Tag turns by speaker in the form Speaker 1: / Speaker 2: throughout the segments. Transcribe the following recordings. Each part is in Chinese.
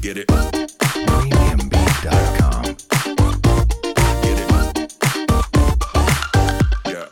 Speaker 1: Get it. Premiumbeat.com. Get it. Yeah.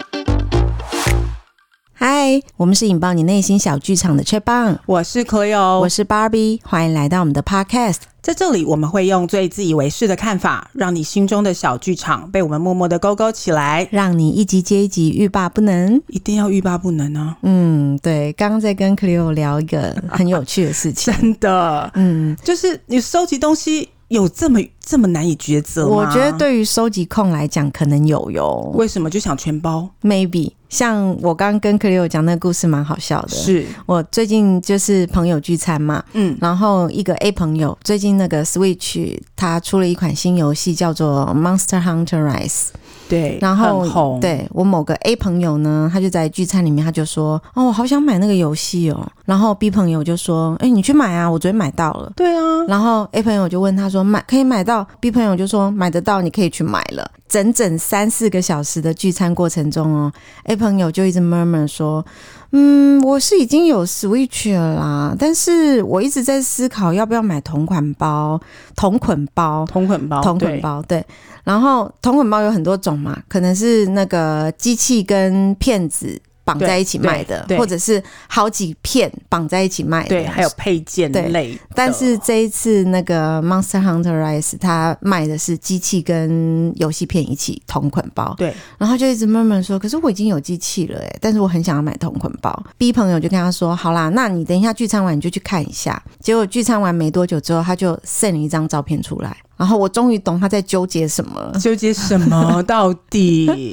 Speaker 2: 嗨，我们是引爆你内心小剧场的雀棒，
Speaker 3: 我是 Cleo，
Speaker 2: 嗯我是 Barbie，欢迎来到我们的 Podcast。
Speaker 3: 在这里我们会用最自以为是的看法，让你心中的小剧场被我们默默的勾勾起来，
Speaker 2: 让你一集接一集欲罢不能。
Speaker 3: 一定要欲罢不 能啊！
Speaker 2: 嗯，对，刚刚在跟 Cleo 聊一个很有趣的事 情。
Speaker 3: 真的，
Speaker 2: 嗯，
Speaker 3: 就是你收集东西有这么这么难以抉择吗？
Speaker 2: 我觉得，对于收集控来讲，可能有哟
Speaker 3: 为什么就想全包？
Speaker 2: ，maybe。像我刚刚跟 Cleo 讲那个故事，蛮好笑的。
Speaker 3: 是，
Speaker 2: 我最近就是朋友聚餐嘛，
Speaker 3: 嗯，
Speaker 2: 然后一个 A 朋友最近那个 Switch 它出了一款新游戏，叫做 Monster Hunter Rise。
Speaker 3: 对，
Speaker 2: 然后
Speaker 3: 很红，，
Speaker 2: 对我某个 A 朋友呢，他就在聚餐里面，他就说：“哦，我好想买那个游戏哦。”然后 B 朋友就说：“哎、你去买啊，我昨天买到了。
Speaker 3: 对啊”，
Speaker 2: 然后 A 朋友就问他说：“买可以买到？”B 朋友就说：“买得到，你可以去买了。”整整三四个小时的聚餐过程中哦，A 朋友就一直 murmur 说：“嗯，我是已经有 Switch 了啦，但是我一直在思考要不要买同款包、同捆包。”
Speaker 3: 同捆包，
Speaker 2: 同捆
Speaker 3: 哦对，
Speaker 2: 包，对。然后同捆包有很多种嘛，可能是那个机器跟片子绑在一起卖的
Speaker 3: 对对，对
Speaker 2: 或者是好几片绑在一起卖的。
Speaker 3: 对，还有配件
Speaker 2: 对
Speaker 3: 类的，
Speaker 2: 但是这一次那个 Monster Hunter Rise 它卖的是机器跟游戏片一起同捆包，
Speaker 3: 对，
Speaker 2: 然后他就一直闷闷说，可是我已经有机器了哎、但是我很想要买同捆包。B 朋友就跟他说，好啦，那你等一下聚餐完你就去看一下。结果聚餐完没多久之后，他就 send 了一张照片出来，然后我终于懂他在纠结什么了。
Speaker 3: 纠结 什么到底？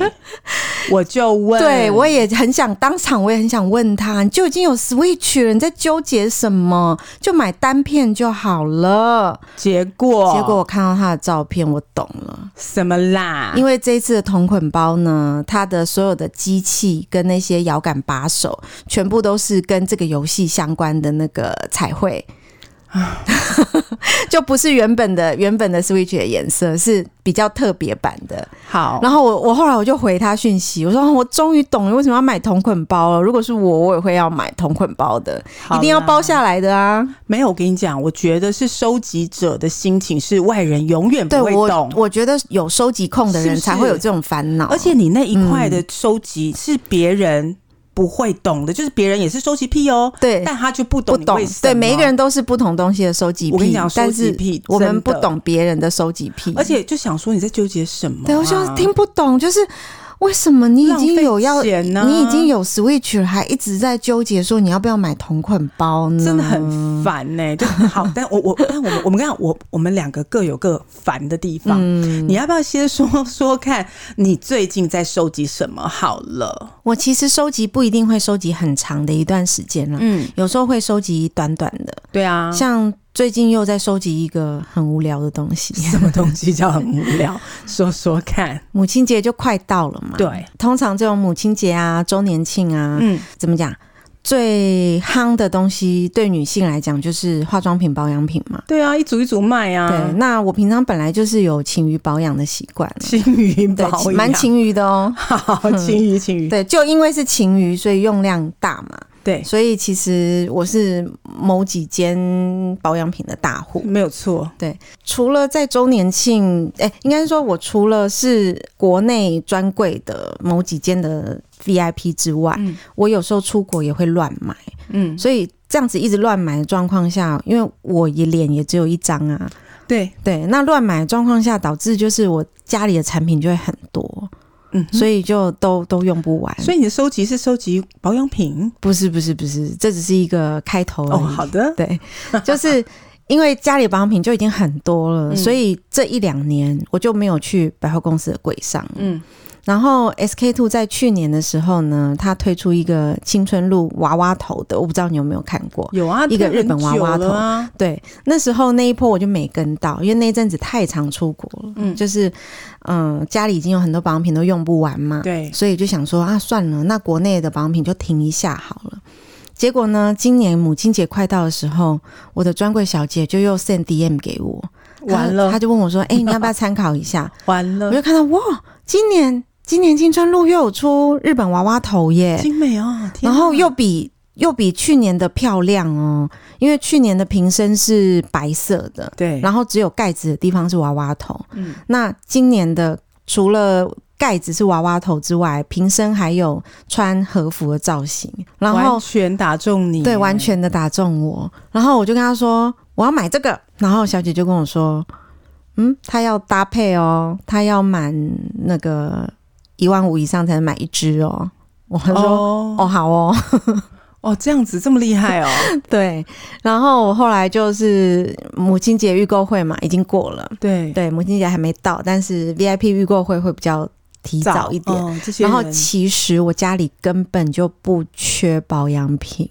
Speaker 3: 我就问，
Speaker 2: 对，我也很想当场，我也很想问他，你就已经有 Switch 了，你在纠结什么？就买单片就好了。
Speaker 3: 结果
Speaker 2: 结果我看到他的照片，我懂了，
Speaker 3: 什么啦？
Speaker 2: 因为这一次的同捆包呢，它的所有的机器跟那些摇杆把手，全部都是跟这个游戏相关的那个彩绘。 就不是原本的原本的 Switch 的颜色，是比较特别版的。
Speaker 3: 好，
Speaker 2: 然后我我后来我就回他讯息，我说哦我终于懂了为什么要买同捆包了。如果是我，我也会要买同捆包的，
Speaker 3: 好
Speaker 2: 一定要
Speaker 3: 啦
Speaker 2: 包下来的啊。
Speaker 3: 没有，我跟你讲，我觉得是收集者的心情是外人永远
Speaker 2: 对
Speaker 3: 不会
Speaker 2: 我
Speaker 3: 懂，。
Speaker 2: 我觉得有收集控的人
Speaker 3: 是不是
Speaker 2: 才会有这种烦恼，
Speaker 3: 而且你那一块
Speaker 2: 嗯
Speaker 3: 的收集是别人不会懂的，就是别人也是收集癖哦，
Speaker 2: 对
Speaker 3: 但他就不
Speaker 2: 不
Speaker 3: 懂你
Speaker 2: 懂
Speaker 3: 为什么。
Speaker 2: 对每一个。人都是不同东西的收集癖，
Speaker 3: 我跟你讲
Speaker 2: 但
Speaker 3: 收集
Speaker 2: 是
Speaker 3: 癖
Speaker 2: 我
Speaker 3: 真
Speaker 2: 们
Speaker 3: 的
Speaker 2: 不懂别人的收集癖，
Speaker 3: 而且就想说你在纠结什么、啊？
Speaker 2: 对我就听不懂，就是为什么你已
Speaker 3: 浪
Speaker 2: 经
Speaker 3: 费
Speaker 2: 有要。
Speaker 3: 钱啊呢、
Speaker 2: 你已经有 Switch 了，还一直在纠结说你要不要买同捆包呢？
Speaker 3: 真的很烦呢、就好，但我我但我们我们刚刚我我们两个各有各烦的地方。你要不要先说说看你最近在收集什么好了？
Speaker 2: 我其实收集不一定会收集很长的一段时间啦，
Speaker 3: 嗯，
Speaker 2: 有时候会收集短短的，
Speaker 3: 对啊，
Speaker 2: 像最近又在收集一个很无聊的东西。
Speaker 3: 什么东西叫很无聊？ 说说看。
Speaker 2: 母亲节就快到了嘛，，
Speaker 3: 对，
Speaker 2: 通常这种母亲节啊、周年庆啊，
Speaker 3: 嗯，
Speaker 2: 怎么讲？最夯的东西对女性来讲就是化妆品、保养品嘛。
Speaker 3: 对啊，一组一组卖
Speaker 2: 对，
Speaker 3: 啊，
Speaker 2: 那我平常本来就是有勤于保养的习惯，啊
Speaker 3: 青鱼
Speaker 2: 对，
Speaker 3: 保养
Speaker 2: 蛮，勤于的哦。
Speaker 3: 好，青鱼青鱼，
Speaker 2: 对，就因为是勤于，所以用量大嘛。
Speaker 3: 对，
Speaker 2: 所以其实我是某几间保养品的大户，
Speaker 3: 没有错，
Speaker 2: 除了在周年庆，哎、应该说我除了是国内专柜的某几间的 VIP 之外，
Speaker 3: 嗯
Speaker 2: 我有时候出国也会乱买，
Speaker 3: 嗯，
Speaker 2: 所以这样子一直乱买的状况下，因为我也脸也只有一张啊，
Speaker 3: 对，
Speaker 2: 对，那乱买的状况下导致就是我家里的产品就会很多，
Speaker 3: 嗯，
Speaker 2: 所以就都都用不完。
Speaker 3: 所以你的收集是收集保养品
Speaker 2: 不是不是不是，这只是一个开头而
Speaker 3: 哦，
Speaker 2: 已。
Speaker 3: 好的，
Speaker 2: 对，就是因为家里保养品就已经很多了，
Speaker 3: 嗯
Speaker 2: 所以这一两年我就没有去百货公司的柜上。
Speaker 3: 嗯，
Speaker 2: 然后 SK two 在去年的时候呢，它推出一个青春露娃娃头的，我不知道你有没有看过。
Speaker 3: 有啊，
Speaker 2: 一个
Speaker 3: 这
Speaker 2: 日本娃
Speaker 3: 很久
Speaker 2: 娃
Speaker 3: 了
Speaker 2: 头
Speaker 3: 啊，
Speaker 2: 对，那时候那一波我就没跟到，因为那一阵子太常出国了，
Speaker 3: 嗯
Speaker 2: 就是嗯、呃家里已经有很多保养品都用不完嘛，
Speaker 3: 对，
Speaker 2: 所以就想说啊，算了，那国内的保养品就停一下好了。结果呢，今年母亲节快到的时候，我的专柜小姐就又 send DM 给我，她
Speaker 3: 完了 嗯
Speaker 2: 她就问我说：“哎、你要不要参考一下
Speaker 3: 完？”
Speaker 2: 我
Speaker 3: 了，
Speaker 2: 就看到哇，今年今年青春路又有出日本娃娃头耶，
Speaker 3: 精美哦，
Speaker 2: 然
Speaker 3: 天哪
Speaker 2: 后又比又比去年的漂亮哦，因为去年的瓶身是白色的，
Speaker 3: 对，
Speaker 2: 然后只有盖子的地方是娃娃头。
Speaker 3: 嗯
Speaker 2: 那今年的除了盖子是娃娃头之外，瓶身还有穿和服的造型，然后
Speaker 3: 完全打中你，
Speaker 2: 对完全的打中我，然后我就跟他说我要买这个，然后小姐就跟我说，嗯，她要搭配哦，她要满那个一万五以上才能买一只哦。我说、
Speaker 3: 哦
Speaker 2: 哦好哦，
Speaker 3: 哦，这样子这么厉害哦，
Speaker 2: 对，然后我后来就是母亲节预购会嘛，已经过了，
Speaker 3: 对，
Speaker 2: 对，母亲节还没到，但是 VIP 预购会会比较提早一点。
Speaker 3: 哦、这些
Speaker 2: 然后
Speaker 3: 人
Speaker 2: 其实我家里根本就不缺保养品，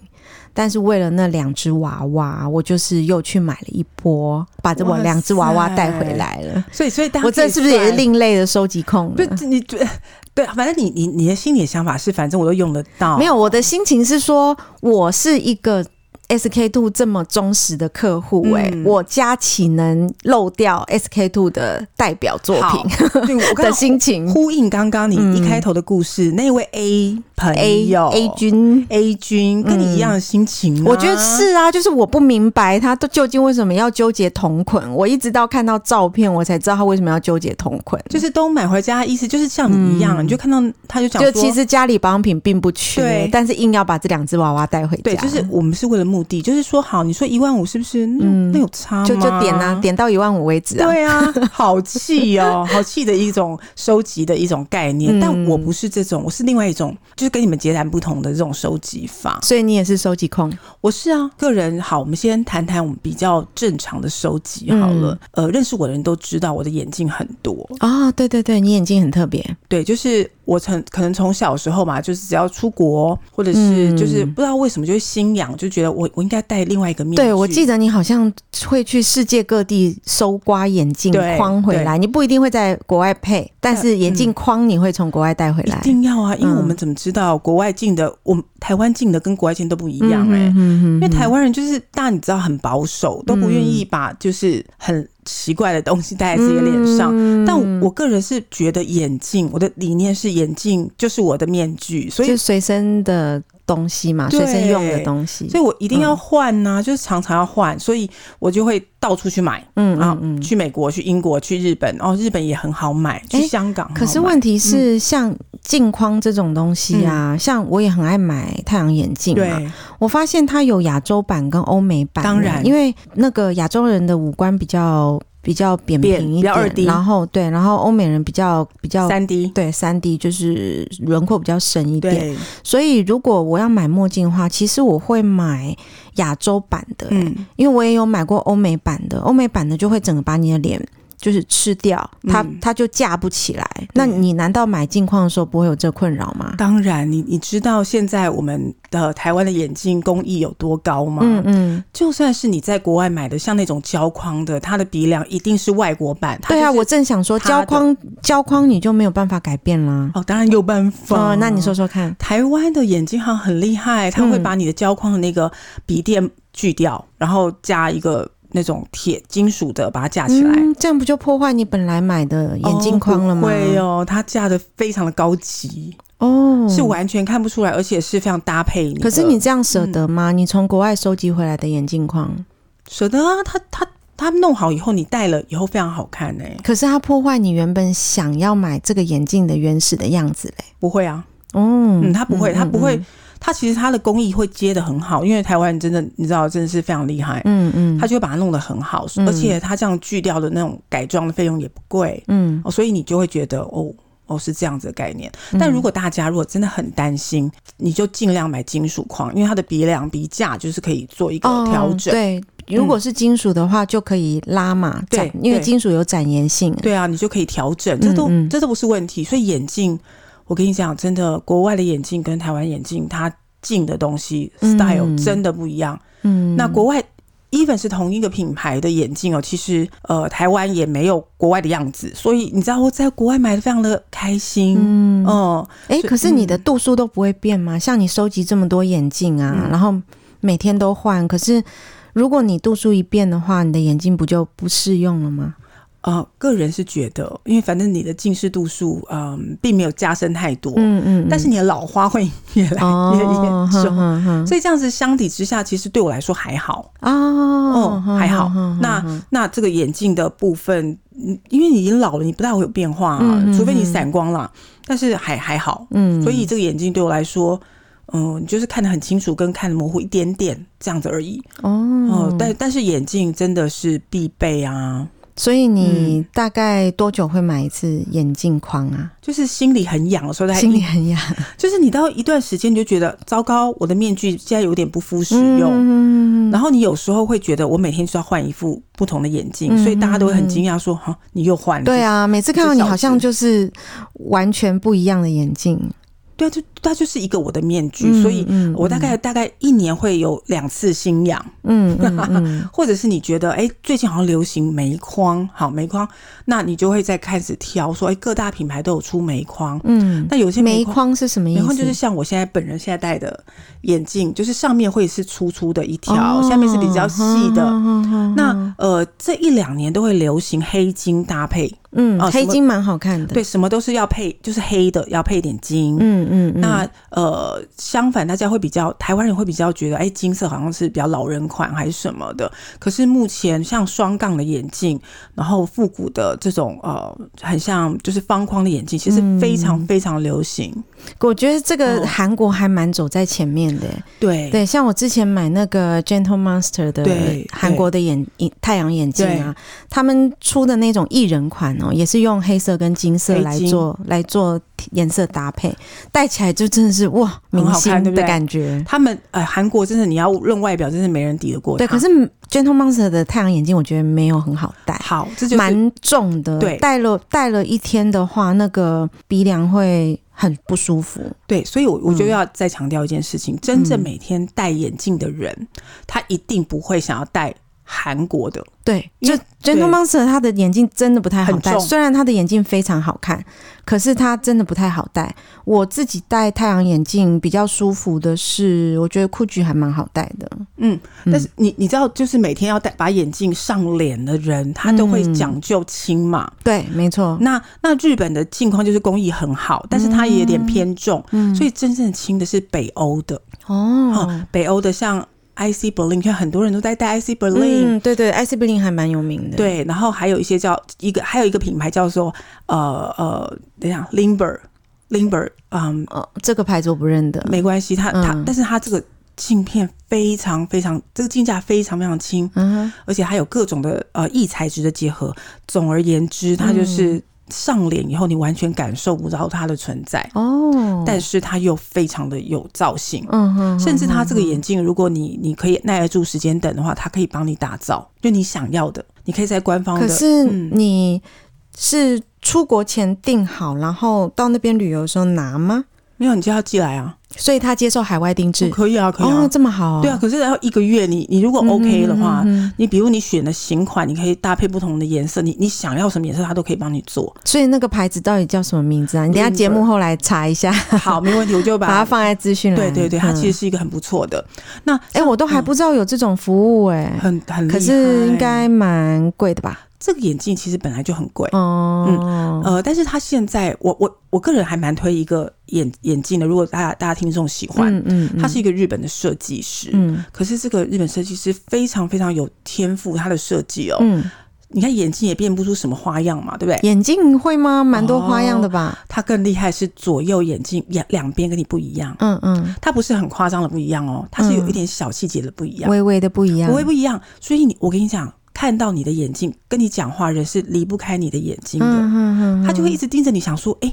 Speaker 2: 但是为了那两只娃娃，我就是又去买了一波，把这我
Speaker 3: 哇
Speaker 2: 两只娃娃
Speaker 3: 塞
Speaker 2: 带回来了。
Speaker 3: 所以所以大家
Speaker 2: 我这
Speaker 3: 可以
Speaker 2: 是不是也是
Speaker 3: 算
Speaker 2: 另类的收集控呢？
Speaker 3: 不，你对对，反正你你你的心里的想法是，反正我都用得到，
Speaker 2: 没有，我的心情是说，我是一个 SK two 这么忠实的客户、欸，哎、
Speaker 3: 嗯
Speaker 2: 我家岂能漏掉 SK two 的代表作
Speaker 3: 好
Speaker 2: 品
Speaker 3: 对我刚
Speaker 2: 的
Speaker 3: 刚
Speaker 2: 心情
Speaker 3: 呼应刚刚你
Speaker 2: 嗯
Speaker 3: 一开头的故事，那位 A 朋
Speaker 2: ？A
Speaker 3: 友
Speaker 2: A 君。
Speaker 3: A 君跟你一样的心情吗、
Speaker 2: 我觉得是啊，就是我不明白他都究竟为什么要纠结同捆。我一直到看到照片，我才知道他为什么要纠结同捆。
Speaker 3: 就是都买回家，意思就是像你一样，你就看到他就
Speaker 2: 嗯
Speaker 3: 讲
Speaker 2: 就
Speaker 3: 说，
Speaker 2: 其实家里保养品并不缺
Speaker 3: 对，
Speaker 2: 但是硬要把这两只娃娃带回家，
Speaker 3: 对，就是我们是为了目的，就是说好，你说一万五是不是？那、那有差吗？
Speaker 2: 嗯就就点啊，。点到一万五为止啊。
Speaker 3: 对啊，好气 哦，好气的一种收集的一种概
Speaker 2: 嗯
Speaker 3: 念。但我不是这种，我是另外一种，就是跟你们截然不同的这种收集法。
Speaker 2: 所以你也是收集控，
Speaker 3: 我是啊，个人好，我们先谈谈我们比较正常的收集好了。
Speaker 2: 嗯
Speaker 3: 呃，认识我的人都知道我的眼镜很多，
Speaker 2: 哦，对对对，你眼睛很特别，
Speaker 3: 对，就是我从可能从小时候嘛，就是只要出国或者是
Speaker 2: 嗯
Speaker 3: 就是不知道为什么就会心痒，就觉得我我应该戴另外一个面具。
Speaker 2: 对我记
Speaker 3: 得
Speaker 2: 得你好像会去世界各地搜刮眼镜
Speaker 3: 对嗯
Speaker 2: 框回来，你不一定会在国外配，但是眼镜框你会从国外带回
Speaker 3: 一
Speaker 2: 来，
Speaker 3: 定要啊，因为
Speaker 2: 嗯
Speaker 3: 我们怎么知道国外进的，我们台湾进的跟国外进都不一样哎、
Speaker 2: 嗯
Speaker 3: 因为
Speaker 2: 哼
Speaker 3: 台湾人就是大，家你知道很保守，都不愿意把就是很奇怪的东西戴在自己的脸上。
Speaker 2: 嗯
Speaker 3: 但我我个人是觉得眼镜，我的理念是眼镜就是我的面具，所以
Speaker 2: 就随身的东西嘛，
Speaker 3: 对
Speaker 2: 随身用的东西，
Speaker 3: 所以我一定要换呐、就是常常要换，所以我就会到处去买。
Speaker 2: 嗯
Speaker 3: 啊
Speaker 2: 嗯，嗯。
Speaker 3: 去美国、去英国、去日本，哦，日本也很好买，去
Speaker 2: 诶
Speaker 3: 香港很好买。嗯
Speaker 2: 可是问题是，像镜框这种东西啊，像我也很爱买太阳眼镜啊嘛，
Speaker 3: 对，
Speaker 2: 我发现它有亚洲版跟欧美版，
Speaker 3: 当然
Speaker 2: 因为那个亚洲人的五官比较比较扁
Speaker 3: 扁
Speaker 2: 平一
Speaker 3: 比较
Speaker 2: 点，
Speaker 3: 2D
Speaker 2: 然后对，然后欧美人比较比较
Speaker 3: 三 D
Speaker 2: 对三 D 就是轮廓比较深哦一点，
Speaker 3: 对，
Speaker 2: 所以如果我要买墨镜的话，其实我会买亚洲版的、
Speaker 3: 嗯，
Speaker 2: 因为我也有买过欧美版的，欧美版的就会整个把你的脸。就是吃掉它
Speaker 3: 嗯，
Speaker 2: 它就架不起来。那你难道买镜框的时候不会有这困扰吗？
Speaker 3: 当然，你你知道现在我们的台湾的眼镜工艺有多高吗？
Speaker 2: 嗯嗯，
Speaker 3: 就算是你在国外买的，像那种胶框的，它的鼻梁一定是外国版。它
Speaker 2: 对啊，
Speaker 3: 就是
Speaker 2: 我正想说
Speaker 3: 它
Speaker 2: 胶
Speaker 3: 的
Speaker 2: 框，胶框你就没有办法改变啦。
Speaker 3: 哦，当然有办法。
Speaker 2: 哦，那你说说看，
Speaker 3: 台湾的眼镜行很厉害，它会把你的胶框的那个鼻垫锯掉，然后加一个那种铁金属的把它架起来。
Speaker 2: 嗯，这样不就破坏你本来买的眼镜框了吗？
Speaker 3: 哦不会哦，它架的非常的高级，
Speaker 2: 哦
Speaker 3: 是完全看不出来，而且是非常搭配你的。嗯
Speaker 2: 可是你这样舍得吗？你从国外收集回来的眼镜框，
Speaker 3: 舍得啊？它它它弄好以后，你戴了以后非常好看哎、
Speaker 2: 可是它破坏你原本想要买这个眼镜的原始的样子嘞。
Speaker 3: 不会啊，
Speaker 2: 哦，
Speaker 3: 嗯，它不会，
Speaker 2: 嗯
Speaker 3: 它不会，它其实它的工艺会接的很好，因为台湾人真的你知道，真的是非常厉害，
Speaker 2: 嗯嗯，
Speaker 3: 他就会把它弄得很好，
Speaker 2: 嗯
Speaker 3: 而且他这样锯掉的那种改装的费用也不贵，
Speaker 2: 嗯
Speaker 3: 哦，所以你就会觉得哦。哦，是这样子的概念。但
Speaker 2: 嗯
Speaker 3: 如果大家如果真的很担心，你就尽量买金属框，因为它的鼻梁、鼻架就是可以做一个
Speaker 2: 哦
Speaker 3: 调整。
Speaker 2: 对，如果是金属的话，就可以拉嘛，
Speaker 3: 对
Speaker 2: 展因为
Speaker 3: 对
Speaker 2: 金属有展延性。
Speaker 3: 对啊，你就可以调整，这都
Speaker 2: 嗯嗯
Speaker 3: 这都不是问题。所以眼镜，我跟你讲，真的，国外的眼镜跟台湾眼镜，它进的东西
Speaker 2: 嗯
Speaker 3: style 真的不一样。
Speaker 2: 嗯，
Speaker 3: 那国外 even 是同一个品牌的眼镜哦，其实呃，台湾也没有国外的样子，所以你知道我在国外买的非常的开心。
Speaker 2: 嗯
Speaker 3: 哦，
Speaker 2: 哎、
Speaker 3: 所以
Speaker 2: 可是你的
Speaker 3: 嗯
Speaker 2: 度数都不会变吗？像你收集这么多眼镜啊，
Speaker 3: 嗯
Speaker 2: 然后每天都换，可是如果你度数一变的话，你的眼镜不就不适用了吗？
Speaker 3: 呃，个人是觉得，因为反正你的近视度数，嗯、并没有加深太多，
Speaker 2: 嗯嗯，
Speaker 3: 但是你的老花会越来越
Speaker 2: 哦
Speaker 3: 严
Speaker 2: 哼
Speaker 3: 重。
Speaker 2: 哼哼
Speaker 3: 所以这样子相比之下，其实对我来说还好，
Speaker 2: 哦
Speaker 3: 哦，还好
Speaker 2: 嗯哼哼。
Speaker 3: 那那这个眼镜的部分，嗯因为你已经老了，你不大会有变化、啊
Speaker 2: 嗯嗯，
Speaker 3: 除非你散光啦。但是还还好，
Speaker 2: 嗯，
Speaker 3: 所以这个眼镜对我来说，嗯、你就是看得很清楚，跟看得模糊一点点这样子而已。哦、
Speaker 2: 哦，
Speaker 3: 但但是眼镜真的是必备啊，
Speaker 2: 所以
Speaker 3: 嗯
Speaker 2: 你大概多久会买一次眼镜框啊？
Speaker 3: 就是心里很痒的时候，它
Speaker 2: 心里很痒，
Speaker 3: 就是你到一段时间你就觉得糟糕，我的面具现在有点不敷使用。
Speaker 2: 嗯
Speaker 3: 然后你有时候会觉得，我每天就要换一副不同的眼镜，
Speaker 2: 嗯
Speaker 3: 所以大家都会很惊讶说：“哈、你又换了？”
Speaker 2: 对，啊，每次看到你
Speaker 3: 至少
Speaker 2: 好像就是完全不一样的眼镜，
Speaker 3: 对啊，就它就是一个我的面具，
Speaker 2: 嗯
Speaker 3: 所以
Speaker 2: 嗯
Speaker 3: 我大概大概一年会有两次新痒。
Speaker 2: 嗯嗯 嗯，
Speaker 3: 或者是你觉得哎、诶最近好像流行眉框，好眉框，那你就会再开始挑说，哎、各大品牌都有出眉框，
Speaker 2: 嗯，
Speaker 3: 那有些
Speaker 2: 眉
Speaker 3: 眉框。
Speaker 2: 框是什么意
Speaker 3: 眉
Speaker 2: 思？
Speaker 3: 框就是像我现在本人现在戴的眼镜，就是上面会是粗粗的一条，
Speaker 2: 哦
Speaker 3: 下面是比较细的。
Speaker 2: 哼哼哼
Speaker 3: 那呃，这一两年都会流行黑金搭配，
Speaker 2: 嗯，
Speaker 3: 哦
Speaker 2: 黑
Speaker 3: 什么
Speaker 2: 金蛮好看的，
Speaker 3: 对，什么都是要配，就是黑的要配点金。
Speaker 2: 嗯，嗯嗯，
Speaker 3: 那呃，相反，大家会比较台湾人会比较觉得，哎、金色好像是比较老人款还是什么的。可是目前像双杠的眼镜，然后复古的这种呃，很像就是方框的眼镜，其实非常非常流行。
Speaker 2: 我觉得这个
Speaker 3: 哦
Speaker 2: 韩国还蛮走在前面的耶。
Speaker 3: 对
Speaker 2: 对，像我之前买那个 Gentle Monster 的
Speaker 3: 对
Speaker 2: 韩国的眼眼太阳眼镜啊，他们出的那种艺人款哦，也是用黑色跟金色
Speaker 3: 黑
Speaker 2: 来
Speaker 3: 金
Speaker 2: 做来做颜色搭配，戴起来就真的是哇，
Speaker 3: 很
Speaker 2: 明
Speaker 3: 好看
Speaker 2: 星
Speaker 3: 对不
Speaker 2: 的
Speaker 3: 对
Speaker 2: 感觉。
Speaker 3: 他们呃，韩国真的你要论外表，真是没人敌得过
Speaker 2: 对，可
Speaker 3: 它
Speaker 2: 是 Gentle Monster 的太阳眼镜，我觉得没有很好戴，
Speaker 3: 好，这就是
Speaker 2: 蛮重的。
Speaker 3: 对
Speaker 2: 戴了戴了一天的话，那个鼻梁会很不舒服。
Speaker 3: 对，所以我
Speaker 2: 嗯
Speaker 3: 我就要再强调一件事情：真正每天戴眼镜的人，他一定不会想要戴韩国的。
Speaker 2: 对，
Speaker 3: 因
Speaker 2: 就
Speaker 3: 为
Speaker 2: Gentle
Speaker 3: 对
Speaker 2: Monster 他的眼镜真的不太好
Speaker 3: 很
Speaker 2: 戴，
Speaker 3: 重
Speaker 2: 虽然他的眼镜非常好看，可是他真的不太好戴。我自己戴太阳眼镜比较舒服的是，我觉得酷菊还蛮好戴的。
Speaker 3: 嗯，但是你你知道，就是每天要戴把眼镜上脸的人，他都
Speaker 2: 嗯
Speaker 3: 会讲究轻嘛。
Speaker 2: 对，没错，
Speaker 3: 那那日本的镜框就是工艺很好，
Speaker 2: 嗯
Speaker 3: 但是它也有点偏重，所以真正轻的是北欧的哦、
Speaker 2: 哦。
Speaker 3: 北欧的像 IC Berlin，看很多人都在戴 IC Berlin，、
Speaker 2: 嗯，对对，IC b e l i n 还蛮有名的。，
Speaker 3: 对，然后还有一些叫一个，还有一个品牌叫做呃呃，等一下 Limber Limber，嗯，
Speaker 2: 哦，这个牌子我不认得。
Speaker 3: 没关系，它它
Speaker 2: 嗯，
Speaker 3: 但是它这个镜片非常非常，这个镜架非常非常轻，
Speaker 2: 嗯哼，
Speaker 3: 而且还有各种的呃异材质的结合。总而言之，它就是
Speaker 2: 嗯
Speaker 3: 上脸以后你完全感受不到它的存在，
Speaker 2: 哦，
Speaker 3: 但是它又非常的有造型。
Speaker 2: 嗯哼，
Speaker 3: 甚至它这个
Speaker 2: 嗯
Speaker 3: 眼镜，如果你你可以耐得住时间等的话，它可以帮你打造，就你想要的，你可以在官方
Speaker 2: 可
Speaker 3: 的。
Speaker 2: 是
Speaker 3: 嗯
Speaker 2: 你是出国前订好，然后到那边旅游的时候拿吗？
Speaker 3: 没有，你就要寄来啊。
Speaker 2: 所以他接受海外定制
Speaker 3: 哦。可以啊，可以啊。
Speaker 2: 哦，这么好、哦，
Speaker 3: 对啊，可是要一个月你，你如果
Speaker 2: 嗯哼
Speaker 3: OK 的话，
Speaker 2: 嗯哼
Speaker 3: 你比如你选的型款，你可以搭配不同的颜色，你你想要什么颜色，它都可以帮你做。
Speaker 2: 所以那个牌子到底叫什么名字啊？你等一下节目后来查一下，
Speaker 3: 好，没问题，我 就
Speaker 2: 把它
Speaker 3: 把。
Speaker 2: 放在资讯
Speaker 3: 对
Speaker 2: 栏。
Speaker 3: 对对，它其
Speaker 2: 嗯
Speaker 3: 实是一个很不错的，
Speaker 2: 哎、我都还不知道有这种服务哎、
Speaker 3: 很很厉害。
Speaker 2: 可是应该蛮贵的吧？
Speaker 3: 这个眼镜其实本来就很贵，
Speaker 2: 哦，
Speaker 3: 呃，但是它现在我我我个人还蛮推一个眼眼镜的，如果大家大家听众喜欢，
Speaker 2: 嗯嗯，
Speaker 3: 呃他是一个日本的设计师，
Speaker 2: 嗯
Speaker 3: 可是这个日本设计师非常非常有天赋，他的设计哦，
Speaker 2: 嗯，
Speaker 3: 你看眼镜也变不出什么花样嘛，对不对？
Speaker 2: 眼镜会吗？蛮多花样的吧？
Speaker 3: 它更厉害是左右眼镜两两边跟你不一样，
Speaker 2: 嗯嗯，
Speaker 3: 它不是很夸张的不一样哦，它是有
Speaker 2: 嗯
Speaker 3: 一点小细节的不一样，
Speaker 2: 微微的不一样。
Speaker 3: 不会不一样。所以你我跟你讲，看到你的眼镜，跟你讲话人是离不开你的眼睛的，
Speaker 2: 嗯嗯
Speaker 3: 他就会一直盯着你，想说，哎、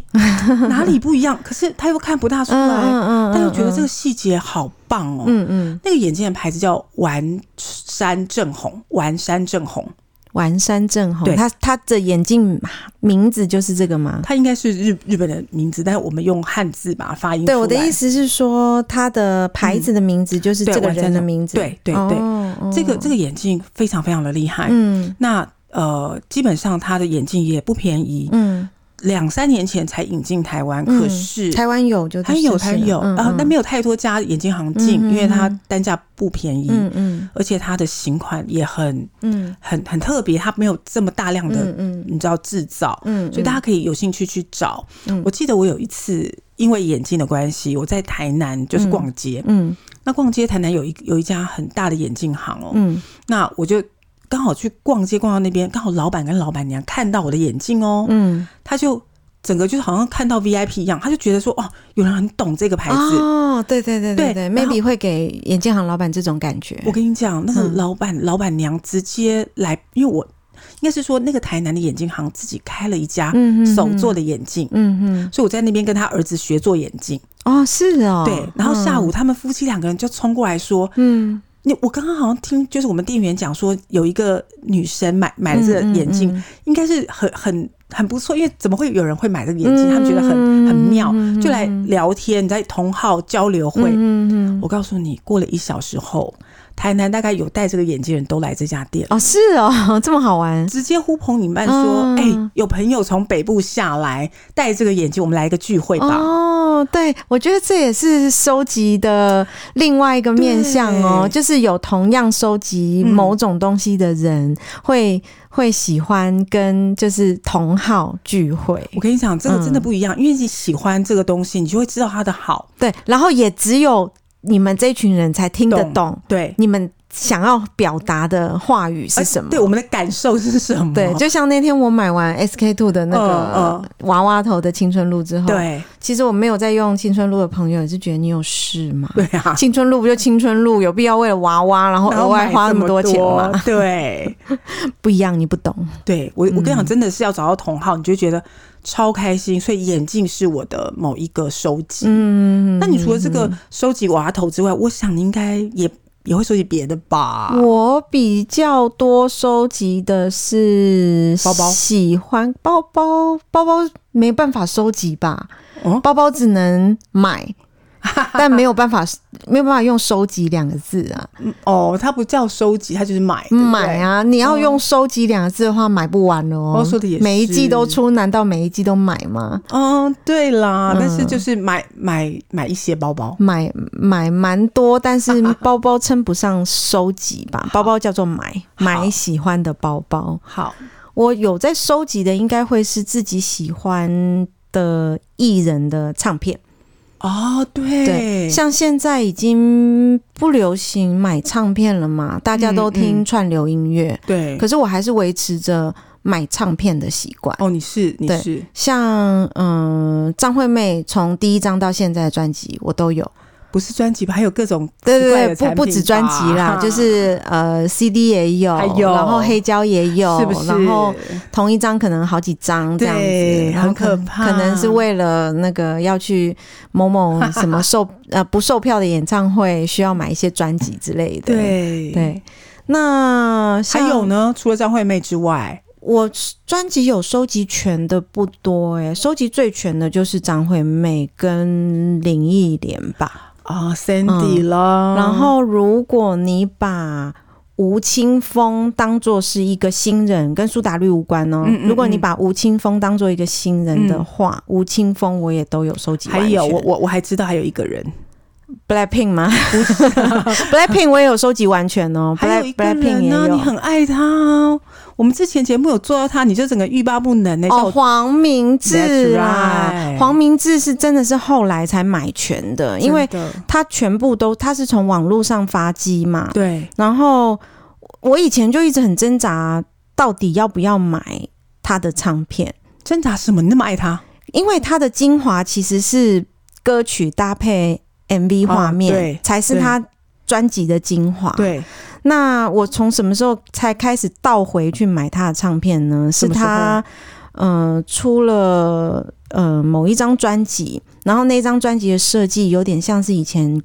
Speaker 3: 哪里不一样？ 可是他又看不大出来，
Speaker 2: 嗯
Speaker 3: 但又觉得这个细节好棒哦。
Speaker 2: 嗯嗯，
Speaker 3: 那个眼镜的牌子叫丸山正红，丸山正红，
Speaker 2: 丸山正宏，
Speaker 3: 对
Speaker 2: 他他的眼镜名字就是这个吗？
Speaker 3: 它应该是日日本的名字，但是我们用汉字把它发音出
Speaker 2: 对，
Speaker 3: 来。
Speaker 2: 我的意思是说，他的牌子的名字就是
Speaker 3: 嗯对
Speaker 2: 这个
Speaker 3: 丸山
Speaker 2: 人的
Speaker 3: 正
Speaker 2: 名字。
Speaker 3: 对对对
Speaker 2: 哦哦
Speaker 3: 这个这个眼镜非常非常的厉害。
Speaker 2: 嗯
Speaker 3: 那呃，基本上它的眼镜也不便宜，
Speaker 2: 嗯
Speaker 3: 两三年前才引进台湾，
Speaker 2: 嗯
Speaker 3: 可是
Speaker 2: 台湾有就
Speaker 3: 它有它有，
Speaker 2: 嗯
Speaker 3: 啊，
Speaker 2: 嗯
Speaker 3: 但没有太多家眼镜行进，
Speaker 2: 嗯嗯
Speaker 3: 因为它单价不便宜，
Speaker 2: 嗯嗯
Speaker 3: 而且它的型款也很
Speaker 2: 嗯
Speaker 3: 很很特别，它没有这么大量的、
Speaker 2: 嗯嗯
Speaker 3: 你知道制造，
Speaker 2: 嗯，
Speaker 3: 所以大家可以有兴趣去找。
Speaker 2: 嗯
Speaker 3: 我记得我有一次因为眼镜的关系，我在台南就是逛街，
Speaker 2: 嗯
Speaker 3: 那逛街台南有一有一家很大的眼镜行哦，
Speaker 2: 嗯
Speaker 3: 那我就刚好去逛街逛到那边，刚好老板跟老板娘看到我的眼镜哦，
Speaker 2: 嗯
Speaker 3: 他就整个就是好像看到 VIP 一样，他就觉得说哦，有人很懂这个牌子。
Speaker 2: 哦，对对对对
Speaker 3: 对
Speaker 2: 对
Speaker 3: 然后
Speaker 2: ，maybe 会给眼镜行老板这种感觉。
Speaker 3: 我跟你讲，那个
Speaker 2: 嗯
Speaker 3: 老板、老板娘直接来，因为我应该是说那个台南的眼镜行自己开了一家
Speaker 2: 嗯
Speaker 3: 手做
Speaker 2: 的，
Speaker 3: 的眼镜，
Speaker 2: 嗯嗯，
Speaker 3: 所以我在那边跟他儿子学做眼镜。
Speaker 2: 哦是哦，
Speaker 3: 对，然后下
Speaker 2: 嗯
Speaker 3: 午他们夫妻两个人就冲过来说
Speaker 2: 嗯，：“
Speaker 3: 你我刚刚好像听，就是我们店员讲说，有一个女生买买了这个眼镜，
Speaker 2: 嗯
Speaker 3: 应该是很很很不错，因为怎么会有人会买这个眼镜？
Speaker 2: 嗯
Speaker 3: 他们觉得很很妙，就来聊天，在同号交流会。
Speaker 2: 嗯嗯嗯，
Speaker 3: 我告诉你，过了一小时后，台南大概有戴这个眼镜的人都来这家店。
Speaker 2: 哦是哦， 这么好玩，
Speaker 3: 直接呼朋引伴说：“
Speaker 2: 嗯
Speaker 3: 哎、有朋友从北部下来，戴这个眼镜，我们来一个聚会吧。
Speaker 2: 哦，对，我觉得这也是收集的另外一个面向哦，
Speaker 3: 对
Speaker 2: 就是有同样收集
Speaker 3: 嗯
Speaker 2: 某种东西的人会、会喜欢跟就是同好聚会，
Speaker 3: 我跟你讲，这个真的
Speaker 2: 嗯
Speaker 3: 不一样，因为你喜欢这个东西，你就会知道它的好。
Speaker 2: 对，然后也只有你们这群人才听得
Speaker 3: 懂
Speaker 2: 懂，
Speaker 3: 对，
Speaker 2: 你们想要表达的话语是什么。
Speaker 3: 呃对，我们的感受是什么？
Speaker 2: 对，就像那天我买完 SK two 的那个
Speaker 3: 嗯
Speaker 2: 娃娃头的青春露之后，，
Speaker 3: 对
Speaker 2: 其实我没有在用青春露的朋友也是觉得你有事吗？
Speaker 3: 对啊，
Speaker 2: 青春露不就青春露，有必要为了娃娃然后
Speaker 3: 然
Speaker 2: 额
Speaker 3: 后
Speaker 2: 外
Speaker 3: 买
Speaker 2: 花
Speaker 3: 这啊
Speaker 2: 那么多钱吗？？
Speaker 3: 对，
Speaker 2: 不一样，你不懂。
Speaker 3: 对
Speaker 2: 嗯
Speaker 3: 我我跟你讲，真的是要找到同好，你就觉得超开心。所以眼镜是我的某一个收集。
Speaker 2: 嗯，
Speaker 3: 那你除了这个收集娃娃头之外，我想你应该也也会收集别的吧？
Speaker 2: 我比较多收集的是
Speaker 3: 包包
Speaker 2: 喜欢包包，包包没办法收集吧？
Speaker 3: 哦
Speaker 2: 包包只能 买，但没有办法，没有办法用收集两个字啊。
Speaker 3: 嗯哦，它不叫收集，它就是买，对嗯不对
Speaker 2: 买。啊，你要用收集两个字的话，买不完哦。
Speaker 3: 哦说得也是
Speaker 2: 每一季都出，难道每一季都买吗？
Speaker 3: 嗯，对啦，
Speaker 2: 嗯
Speaker 3: 但是就是买买买一些包包。
Speaker 2: 买买蛮多，但 是包包称不上收集吧，包包叫做买，买喜欢的包包。
Speaker 3: 好，
Speaker 2: 我有在收集的，应该会是自己喜欢的艺人的唱片。
Speaker 3: 哦，对，
Speaker 2: 对，像现在已经不流行买唱片了嘛，大家都
Speaker 3: 嗯
Speaker 2: 听
Speaker 3: 嗯
Speaker 2: 串流音乐，
Speaker 3: 对，
Speaker 2: 可是我还是维持着买唱片的习惯。
Speaker 3: 哦，你是你
Speaker 2: 对
Speaker 3: 是
Speaker 2: 像嗯，张惠妹从第一张到现在的专辑我都有，
Speaker 3: 不是专辑吧？还有各种
Speaker 2: 对对
Speaker 3: 怪的
Speaker 2: 对，
Speaker 3: 产
Speaker 2: 不
Speaker 3: 品
Speaker 2: 不止专辑啦
Speaker 3: 吧，
Speaker 2: 就是呃 CD 也有，
Speaker 3: 还有
Speaker 2: 然后黑胶也有，
Speaker 3: 是不是？
Speaker 2: 然后同一张可能好几张这样
Speaker 3: 对
Speaker 2: 子，然后可
Speaker 3: 很可怕
Speaker 2: 可能是为了那个要去某某什么售呃不售票的演唱会，需要买一些专辑之类的。
Speaker 3: 对，
Speaker 2: 对，那
Speaker 3: 还
Speaker 2: 像
Speaker 3: 有呢？除了张惠妹之外，
Speaker 2: 我专辑有收集全的不多诶、收集最全的就是张惠妹跟林忆莲吧。
Speaker 3: 啊，Sandy
Speaker 2: 嗯
Speaker 3: 啦，
Speaker 2: 然后，如果你把吴青峰当做是一个新人，跟苏打绿无关哦。
Speaker 3: 嗯嗯嗯
Speaker 2: 如果你把吴青峰当做一个新人的话，吴青峰我也都有收集完
Speaker 3: 还
Speaker 2: 全。
Speaker 3: 有我我我还知道还有一个人，
Speaker 2: Blackpink 吗 ？Blackpink 我也有收集完全哦。
Speaker 3: 还有一
Speaker 2: Black
Speaker 3: 个
Speaker 2: Blackpink
Speaker 3: 人
Speaker 2: 也
Speaker 3: 呢，你
Speaker 2: 有。
Speaker 3: 很爱他哦。我们之前节目有做到他，你就整个欲罢不能呢。欸叫
Speaker 2: 哦，
Speaker 3: 我
Speaker 2: 黄明志啊
Speaker 3: That's right
Speaker 2: 黄明志是真的是后来才买全的，因为
Speaker 3: 真的
Speaker 2: 他全部都他是从网络上发机嘛，
Speaker 3: 对
Speaker 2: 然后我以前就一直很挣扎，到底要不要买他的唱片，
Speaker 3: 挣扎什么？你啊那么爱他，
Speaker 2: 因为他的精华其实是歌曲搭配 MV 画面，
Speaker 3: 啊对
Speaker 2: 才是他专辑的精华。，
Speaker 3: 对，
Speaker 2: 那我从什么时候才开始倒回去买他的唱片呢？
Speaker 3: 什
Speaker 2: 是
Speaker 3: 么时候
Speaker 2: 他呃出了呃某一张专辑，然后那张专辑的设计有点像是以前。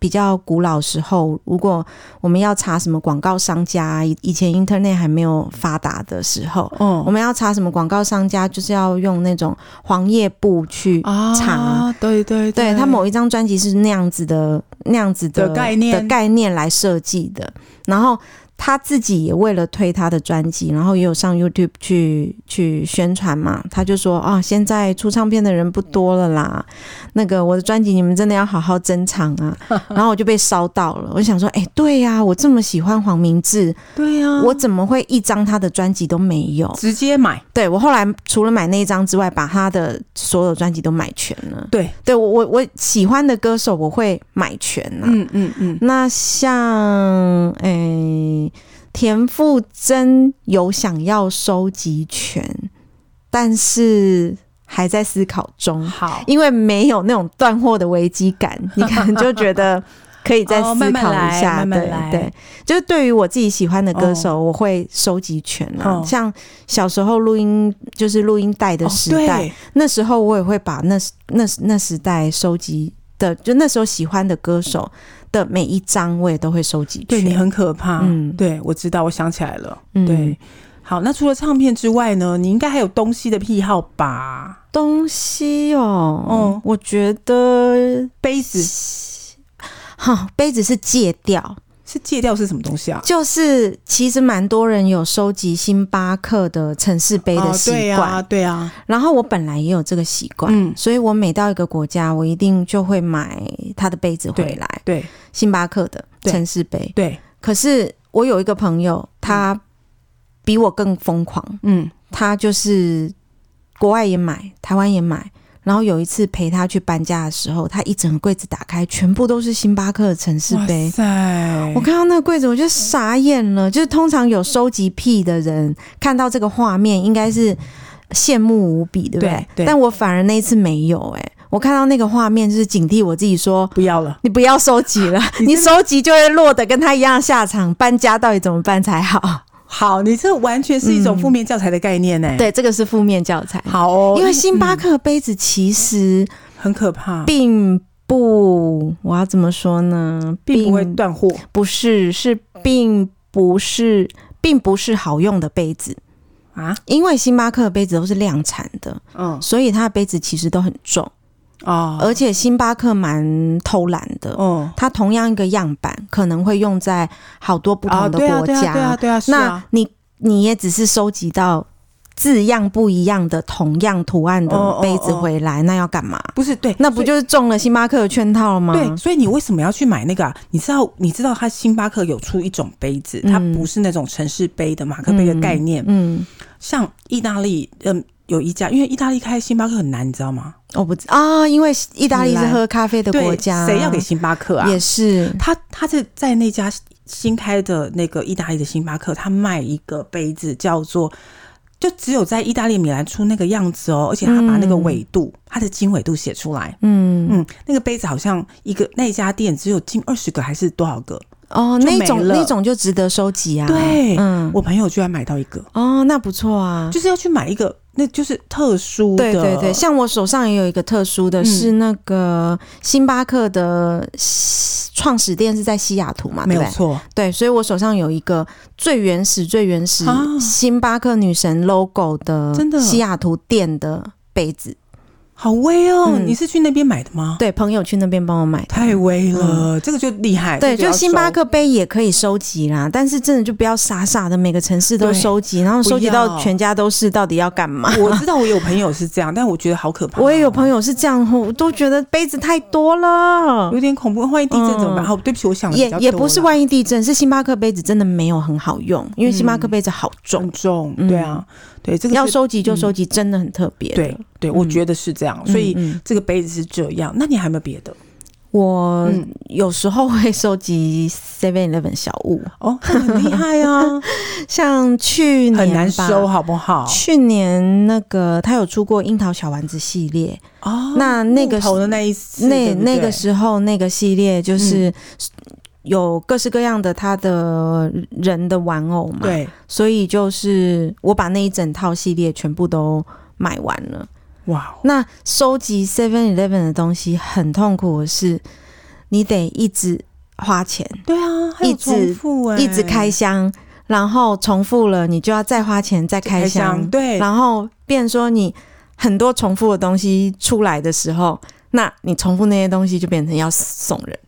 Speaker 2: 比较古老时候，如果我们要查什么广告商家，以以前 Internet 还没有发达的时候，我
Speaker 3: 哦
Speaker 2: 们要查什么广告商家，就是要用那种黄页布去
Speaker 3: 啊
Speaker 2: 厂，
Speaker 3: 对对
Speaker 2: 哦对他某一张专辑是那样子的那样子的
Speaker 3: 的概念
Speaker 2: 的概念来设计的，然后他自己也为了推他的专辑，然后也有上 YouTube 去去宣传嘛，他就说啊，现在出唱片的人不多了啦，那个我的专辑你们真的要好好珍藏啊。然后我就被烧到了，我想说，哎、对呀、我这么喜欢黄明志，
Speaker 3: 对呀、
Speaker 2: 我怎么会一张他的专辑都没有？
Speaker 3: 直接买，
Speaker 2: 对我后来除了买那一张之外，把他的所有专辑都买全了。
Speaker 3: 对，
Speaker 2: 对我我我喜欢的歌手我会买全呐、
Speaker 3: 嗯嗯嗯，
Speaker 2: 那像诶、田馥甄有想要收集权，但是还在思考中，
Speaker 3: 好，
Speaker 2: 嗯因为没有那种断货的危机感，你可能就觉得可以再
Speaker 3: 哦
Speaker 2: 思
Speaker 3: 慢慢
Speaker 2: 考
Speaker 3: 来
Speaker 2: 一下。
Speaker 3: 慢慢来
Speaker 2: 对对，就是对于我自己喜欢的歌手，我会收集权啊。
Speaker 3: 哦
Speaker 2: 像小时候录音，就是录音带的
Speaker 3: 哦
Speaker 2: 时代，
Speaker 3: 对
Speaker 2: 那时候我也会把那时那那时代收集的，就那时候喜欢的歌手的每一张，我也都会收集
Speaker 3: 对你
Speaker 2: 全。
Speaker 3: 很可怕，
Speaker 2: 嗯
Speaker 3: 对我知道，我想起来了，
Speaker 2: 嗯
Speaker 3: 对，好，那除了唱片之外呢，你应该还有东西的癖好吧？
Speaker 2: 东西哦，
Speaker 3: 嗯
Speaker 2: 我觉得
Speaker 3: 杯子
Speaker 2: 哈杯子是戒掉，
Speaker 3: 是戒掉是什么东西啊？
Speaker 2: 就是其实蛮多人有收集星巴克的城市杯的习
Speaker 3: 哦、对
Speaker 2: 惯，
Speaker 3: 啊，对啊，
Speaker 2: 然后我本来也有这个习惯。
Speaker 3: 嗯，
Speaker 2: 所以我每到一个国家，我一定就会买它的杯子回来，
Speaker 3: 对
Speaker 2: 星巴克的
Speaker 3: 对
Speaker 2: 城市杯。
Speaker 3: 对，
Speaker 2: 可是我有一个朋友，他比我更疯狂，
Speaker 3: 嗯，
Speaker 2: 他就是国外也买，台湾也买。然后有一次陪他去搬家的时候，他一整个柜子打开，全部都是星巴克的城市杯
Speaker 3: 哇。塞，
Speaker 2: 我看到那个柜子，我就傻眼了。就是通常有收集癖的人看到这个画面，应该是羡慕无比，对不对？
Speaker 3: 对对
Speaker 2: 但我反而那一次没有、哎，我看到那个画面，就是警惕我自己说。
Speaker 3: 不要了，
Speaker 2: 你不要收集 了，你收集就会落得跟他一样下场。搬家到底怎么办才好？
Speaker 3: 好，你这完全是一种
Speaker 2: 嗯
Speaker 3: 负面教材的概念呢、，
Speaker 2: 对，这个是负面教材。
Speaker 3: 哎好哦，嗯
Speaker 2: 因为星巴克杯子其实
Speaker 3: 很可怕，
Speaker 2: 并不，我要怎么说呢？
Speaker 3: 并不会断货。
Speaker 2: 不是，是并不是，并不是好用的杯子。
Speaker 3: 啊，
Speaker 2: 因为星巴克的杯子都是量产的，
Speaker 3: 嗯，
Speaker 2: 所以它的杯子其实都很重，
Speaker 3: 哦，
Speaker 2: 而且星巴克蛮偷懒的。
Speaker 3: 哦，
Speaker 2: 它同样一个样板可能会用在好多不
Speaker 3: 啊
Speaker 2: 同的
Speaker 3: 对啊
Speaker 2: 国
Speaker 3: 对啊
Speaker 2: 家，
Speaker 3: 对啊，对啊，是
Speaker 2: 那
Speaker 3: 啊，
Speaker 2: 你你也只是收集到字样不一样的同样图案
Speaker 3: 哦
Speaker 2: 的
Speaker 3: 哦
Speaker 2: 杯子
Speaker 3: 哦
Speaker 2: 回来，那要干嘛？
Speaker 3: 不是对，
Speaker 2: 那不
Speaker 3: 所以
Speaker 2: 就是中了星巴克的圈套了吗？
Speaker 3: 对，所以你为什么要去买那个、啊？你知道，你知道，它星巴克有出一种杯子，它
Speaker 2: 嗯
Speaker 3: 不是那种城市杯的马克杯的概念。
Speaker 2: 嗯，
Speaker 3: 像意大利，嗯，有一家，因为意大利开星巴克很难，你知道吗？
Speaker 2: 我不知啊，因为意大利是喝咖啡的
Speaker 3: 对，
Speaker 2: 国家，
Speaker 3: 谁要给星巴克啊？
Speaker 2: 也是
Speaker 3: 他他是在那家新开的那个意大利的星巴克，他卖一个杯子叫做。就只有在意大利米兰出那个样子哦，而且他把那个纬度，它的经纬度写出来。
Speaker 2: 嗯
Speaker 3: 嗯，那个杯子好像一个那一家店只有近二十个还是多少个？
Speaker 2: 哦，
Speaker 3: 就
Speaker 2: 那
Speaker 3: 没
Speaker 2: 种
Speaker 3: 了
Speaker 2: 那种就值得收集啊。
Speaker 3: 对
Speaker 2: 嗯，
Speaker 3: 我朋友居然买到一个，
Speaker 2: 哦，那不错啊。
Speaker 3: 就是要去买一个，那就是特殊的。
Speaker 2: 对对对，像我手上也有一个特殊的，
Speaker 3: 嗯
Speaker 2: 是那个星巴克的创始店是在西雅图嘛，
Speaker 3: 没
Speaker 2: 对不
Speaker 3: 有
Speaker 2: 对？
Speaker 3: 错，
Speaker 2: 对，所以我手上有一个最原始、最原始
Speaker 3: 啊
Speaker 2: 星巴克女神 logo 的，
Speaker 3: 真的
Speaker 2: 西雅图店的杯子。
Speaker 3: 好威哦！
Speaker 2: 嗯
Speaker 3: 你是去那边买的吗？
Speaker 2: 对，朋友去那边帮我买的。
Speaker 3: 太威了，这个就厉
Speaker 2: 嗯
Speaker 3: 害。
Speaker 2: 对，
Speaker 3: 这个
Speaker 2: 就
Speaker 3: 要
Speaker 2: 星巴
Speaker 3: 收
Speaker 2: 克杯也可以收集啦，但是真的就不要傻傻的每个城市都
Speaker 3: 对
Speaker 2: 收集，然后
Speaker 3: 不
Speaker 2: 收集
Speaker 3: 要
Speaker 2: 到全家都是，到底要干嘛？
Speaker 3: 我知道我有朋友是这样，但我觉得好可怕。
Speaker 2: 我也有朋友是这样，我都觉得杯子太多了
Speaker 3: 有。点恐怖，万一地震怎么办？
Speaker 2: 嗯
Speaker 3: 好，对不起，我想的比
Speaker 2: 也
Speaker 3: 较
Speaker 2: 也
Speaker 3: 多
Speaker 2: 不是
Speaker 3: 啦
Speaker 2: 万一地震，是星巴克杯子真的没有很好用，因为星巴克杯子好重，
Speaker 3: 很重，
Speaker 2: 嗯
Speaker 3: 对啊，对嗯这个
Speaker 2: 要
Speaker 3: 是嗯
Speaker 2: 收集就收集，真的很特别的。
Speaker 3: 对对，我
Speaker 2: 嗯
Speaker 3: 觉得是这样，
Speaker 2: 嗯，
Speaker 3: 所以
Speaker 2: 嗯
Speaker 3: 这个杯子是这样。那你还有没有别的？
Speaker 2: 我
Speaker 3: 嗯
Speaker 2: 有时候会收集 Seven Eleven 小物，
Speaker 3: 哦，那很厉害啊，
Speaker 2: 像去年吧
Speaker 3: 很难收，。好不好？
Speaker 2: 去年那个他有出过樱桃小丸子系列，
Speaker 3: 哦，
Speaker 2: 那那个
Speaker 3: 木头的那一次，
Speaker 2: 那
Speaker 3: 对不对嗯
Speaker 2: 那个时候那个系列就是有各式各样的他的人的玩偶嘛，，
Speaker 3: 对，
Speaker 2: 所以就是我把那一整套系列全部都买完了。
Speaker 3: 哇，哦
Speaker 2: 那收集 Seven Eleven 的东西很痛苦的是，你得一直花钱。
Speaker 3: 对啊，还有
Speaker 2: 一直
Speaker 3: 重复哎，
Speaker 2: 一直开箱，然后重复了，你就要再花钱再
Speaker 3: 开
Speaker 2: 开箱，
Speaker 3: 对，
Speaker 2: 然后变成说你很多重复的东西出来的时候，那你重复那些东西就变成要送人，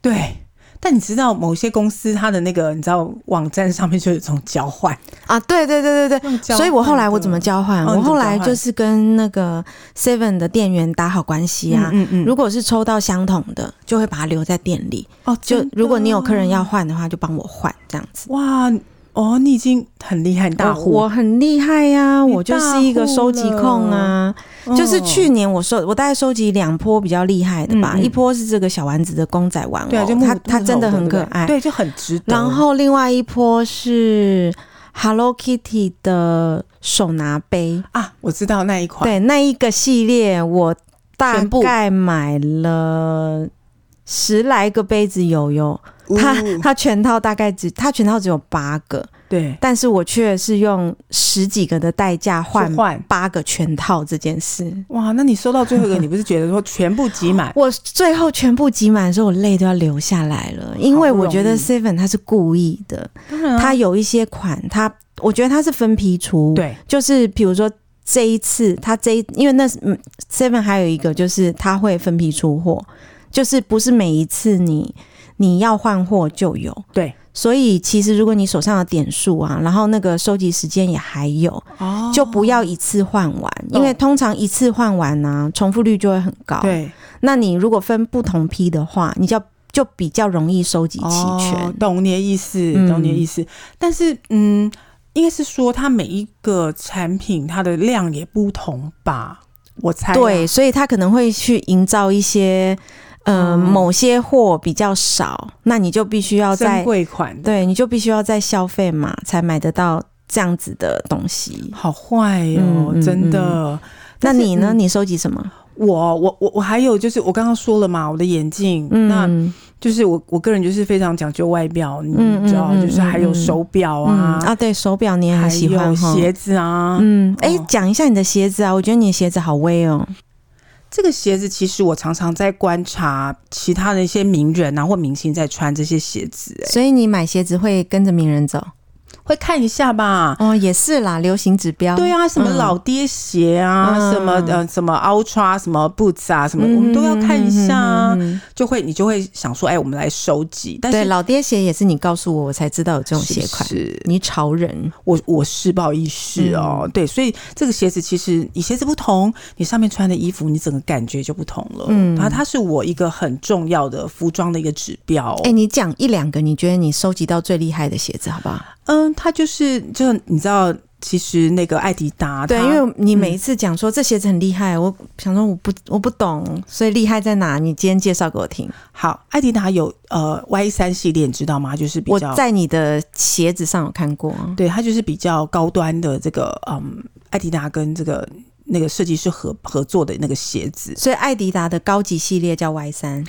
Speaker 3: 对。但你知道某些公司它的那个，你知道网站上面就有这种交换，
Speaker 2: 啊，对对对对
Speaker 3: 用
Speaker 2: 对，
Speaker 3: 交
Speaker 2: 所以我后来我怎么
Speaker 3: 换的
Speaker 2: 交换？啊
Speaker 3: 哦你
Speaker 2: 我
Speaker 3: 怎么
Speaker 2: 后
Speaker 3: 交
Speaker 2: 来就
Speaker 3: 换
Speaker 2: 是跟那个 Seven 的店员打好关系啊。
Speaker 3: 嗯嗯嗯
Speaker 2: 如果是抽到相同的，就会把它留在店里。
Speaker 3: 哦，
Speaker 2: 就
Speaker 3: 真的
Speaker 2: 如果你有客人要换的话，就帮我换这样子。
Speaker 3: 哇哦，你已经很厉害，你大
Speaker 2: 我
Speaker 3: 户
Speaker 2: 我很厉害呀、
Speaker 3: 你
Speaker 2: 我就是一个
Speaker 3: 大户
Speaker 2: 收集控啊。
Speaker 3: 嗯哦
Speaker 2: 就是去年我收，我大概收集两波比较厉害的吧，
Speaker 3: 嗯嗯
Speaker 2: 一波是这个小丸子的公仔玩偶，
Speaker 3: 对啊，就木
Speaker 2: 它
Speaker 3: 木
Speaker 2: 它
Speaker 3: 头
Speaker 2: 哦真的
Speaker 3: 的
Speaker 2: 很
Speaker 3: 对不
Speaker 2: 可
Speaker 3: 对
Speaker 2: 爱。
Speaker 3: 对，就很值得。
Speaker 2: 然后另外一波是 Hello Kitty 的手拿杯，
Speaker 3: 啊，我知道那一款，
Speaker 2: 对那一个系列，我大
Speaker 3: 全部
Speaker 2: 概买了十来个杯子有有，
Speaker 3: 呜
Speaker 2: 它它全套大概只它全套只有八个，
Speaker 3: 对
Speaker 2: 但是我却是用十几个的代价换
Speaker 3: 去换
Speaker 2: 八个全套这件事。
Speaker 3: 哇，那你收到最后一个，你不是觉得说全部 集满？
Speaker 2: 我最后全部集满的时候，我泪都要流下来了，因为
Speaker 3: 好不
Speaker 2: 我觉得
Speaker 3: 容易
Speaker 2: Seven 他是故意的，
Speaker 3: 当然啊
Speaker 2: 它有一些款，它我觉得它是分批出，，
Speaker 3: 对
Speaker 2: 就是比如说这一次它这一，因为那嗯 Seven 还有一个就是它会分批出货，就是不是每一次你你要换货就有。
Speaker 3: 对
Speaker 2: 所以其实如果你手上的点数啊，然后那个收集时间也还有，
Speaker 3: 哦
Speaker 2: 就不要一次换完，
Speaker 3: 懂
Speaker 2: 因为通常一次换完呢、重复率就会很高。，
Speaker 3: 对
Speaker 2: 那你如果分不同批的话，你就就比较容易收集齐全。
Speaker 3: 哦，懂你的意思，
Speaker 2: 嗯
Speaker 3: 懂你的意思。但是，嗯，应该是说它每一个产品它的量也不同吧，我猜啊。
Speaker 2: 对，所以他可能会去营造一些，呃，
Speaker 3: 嗯
Speaker 2: 某些货比较少，那你就必须要
Speaker 3: 珍
Speaker 2: 在
Speaker 3: 贵款的，
Speaker 2: 对，你就必须要在消费嘛，才买得到这样子的东西。
Speaker 3: 好坏
Speaker 2: 嗯
Speaker 3: 哦，
Speaker 2: 嗯
Speaker 3: 真的。
Speaker 2: 那
Speaker 3: 但是
Speaker 2: 你呢？
Speaker 3: 嗯
Speaker 2: 你收集什么？
Speaker 3: 我我我我还有就是我刚刚说了嘛，我的眼镜，哦那
Speaker 2: 嗯
Speaker 3: 就是我我个人就是非常讲究外表，你
Speaker 2: 嗯嗯
Speaker 3: 知道，
Speaker 2: 嗯
Speaker 3: 就是还有手表
Speaker 2: 嗯
Speaker 3: 啊，
Speaker 2: 啊，对手表你也很
Speaker 3: 还
Speaker 2: 喜
Speaker 3: 有
Speaker 2: 欢哈。
Speaker 3: 鞋子啊。
Speaker 2: 嗯，哎
Speaker 3: 哦，
Speaker 2: 讲一下你的鞋子啊，我觉得你的鞋子好威哦。
Speaker 3: 这个鞋子其实我常常在观察其他的一些名人啊或明星在穿这些鞋子、哎
Speaker 2: 所以你买鞋子会跟着名人走
Speaker 3: 会看一下吧。
Speaker 2: 哦，也是啦，流行指标。
Speaker 3: 对啊，什么
Speaker 2: 嗯
Speaker 3: 老爹鞋啊，
Speaker 2: 嗯
Speaker 3: 什么呃，什么 Ultra，什么 Boots 啊，什么、
Speaker 2: 嗯，
Speaker 3: 我们都要看一下啊，
Speaker 2: 嗯。嗯嗯嗯
Speaker 3: 就会你就会想说，哎、我们来收集。但
Speaker 2: 对，
Speaker 3: 是
Speaker 2: 老爹鞋也是你告诉我，我才知道有这种鞋款。嗯
Speaker 3: 是哦
Speaker 2: 你潮人，
Speaker 3: 我我是不好意思哦，对，所以这个鞋子其实你鞋子不同，你上面穿的衣服，你整个感觉就不同了。
Speaker 2: 嗯
Speaker 3: 嗯，然后它是我一个很重要的服装的一个指标。哦
Speaker 2: 哎、你讲一两个你觉得你收集到最厉害的鞋子，好不好？
Speaker 3: 嗯，它就是就你知道，其实那个艾迪达，
Speaker 2: 对，
Speaker 3: 它
Speaker 2: 因为你每一次讲说这鞋子很厉害，
Speaker 3: 嗯
Speaker 2: 我想说我不我不懂，所以厉害在哪？你今天介绍给我听。
Speaker 3: 好，艾迪达有呃 Y 三系列，你知道吗？就是比
Speaker 2: 我
Speaker 3: 较
Speaker 2: 在你的鞋子上有看过，
Speaker 3: 对，它就是比较高端的这个嗯，艾迪达跟这个那个设计师合合作的那个鞋子
Speaker 2: 所以艾迪达的高级系列叫 Y 三，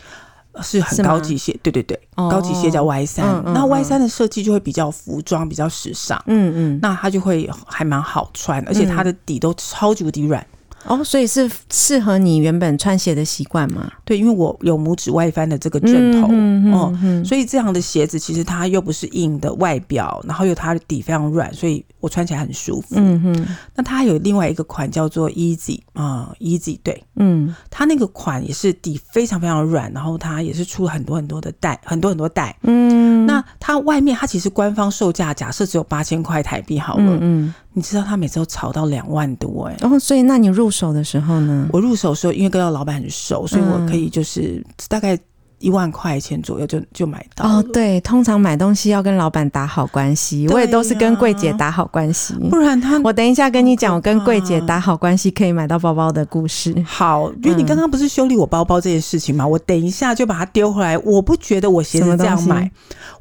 Speaker 3: 是很
Speaker 2: 是吗
Speaker 3: 高级鞋，对对对，
Speaker 2: 哦
Speaker 3: 高级鞋叫 Y 三、
Speaker 2: 嗯嗯
Speaker 3: 那
Speaker 2: 嗯
Speaker 3: Y 三的设计就会比较服装，比较时尚。
Speaker 2: 嗯嗯，
Speaker 3: 那它就会还蛮好穿，而且它的底都超级无敌软。
Speaker 2: 哦，所以是适合你原本穿鞋的习惯吗？
Speaker 3: 对，因为我有拇指外翻的这个正头，
Speaker 2: 嗯嗯
Speaker 3: 哦
Speaker 2: 嗯嗯
Speaker 3: 所以这样的鞋子其实它又不是硬的外表，然后又它的底非常软，所以我穿起来很舒服。
Speaker 2: 嗯哼
Speaker 3: 那它还有另外一个款叫做 Easy 啊、e a s y 对，
Speaker 2: 嗯
Speaker 3: 它那个款也是底非常非常软，然后它也是出了很多很多的带，很多很多带。
Speaker 2: 嗯，
Speaker 3: 那它外面它其实官方售价假设只有八千块台币好了，
Speaker 2: 嗯嗯，
Speaker 3: 你知道它每次都炒到两万多哎、
Speaker 2: 然、后所以那你入手的时候呢？
Speaker 3: 我入手的时候因为跟到老板很熟，所以我
Speaker 2: 嗯
Speaker 3: 可以就是大概一万块钱左右就就买到了。
Speaker 2: 哦，对，通常买东西要跟老板打好关系，
Speaker 3: 对
Speaker 2: 我也都是跟
Speaker 3: 呀
Speaker 2: 柜姐打好关系。
Speaker 3: 不然它
Speaker 2: 我等一下跟你讲，
Speaker 3: 好
Speaker 2: 我
Speaker 3: 可怕
Speaker 2: 跟柜姐打好关系可以买到包包的故事。
Speaker 3: 好，因为你
Speaker 2: 嗯
Speaker 3: 刚刚不是修理我包包这件事情吗？我等一下就把它丢回来。我不觉得我鞋
Speaker 2: 什么
Speaker 3: 子这
Speaker 2: 东
Speaker 3: 样
Speaker 2: 西
Speaker 3: 买，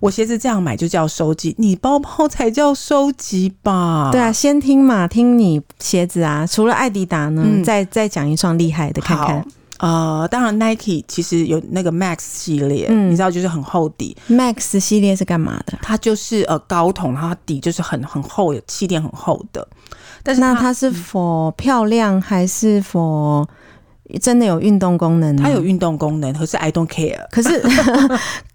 Speaker 3: 我鞋子这样买就叫收集，你包包才叫收集吧？
Speaker 2: 对啊，先听嘛，听你鞋子啊，除了艾迪达呢，
Speaker 3: 嗯
Speaker 2: 再再讲一双厉害的看看
Speaker 3: 好。呃，当然 Nike 其实有那个 Max 系列，
Speaker 2: 嗯
Speaker 3: 你知道就是很厚底，
Speaker 2: Max 系列是干嘛的？
Speaker 3: 它就是呃高筒，然后它底就是很很厚，有气垫很厚的。但是
Speaker 2: 那
Speaker 3: 它嗯
Speaker 2: 它是 for 漂亮还是 for 真的有运动功能呢？
Speaker 3: 它有，运动功能，可是 I don't care。
Speaker 2: 可 是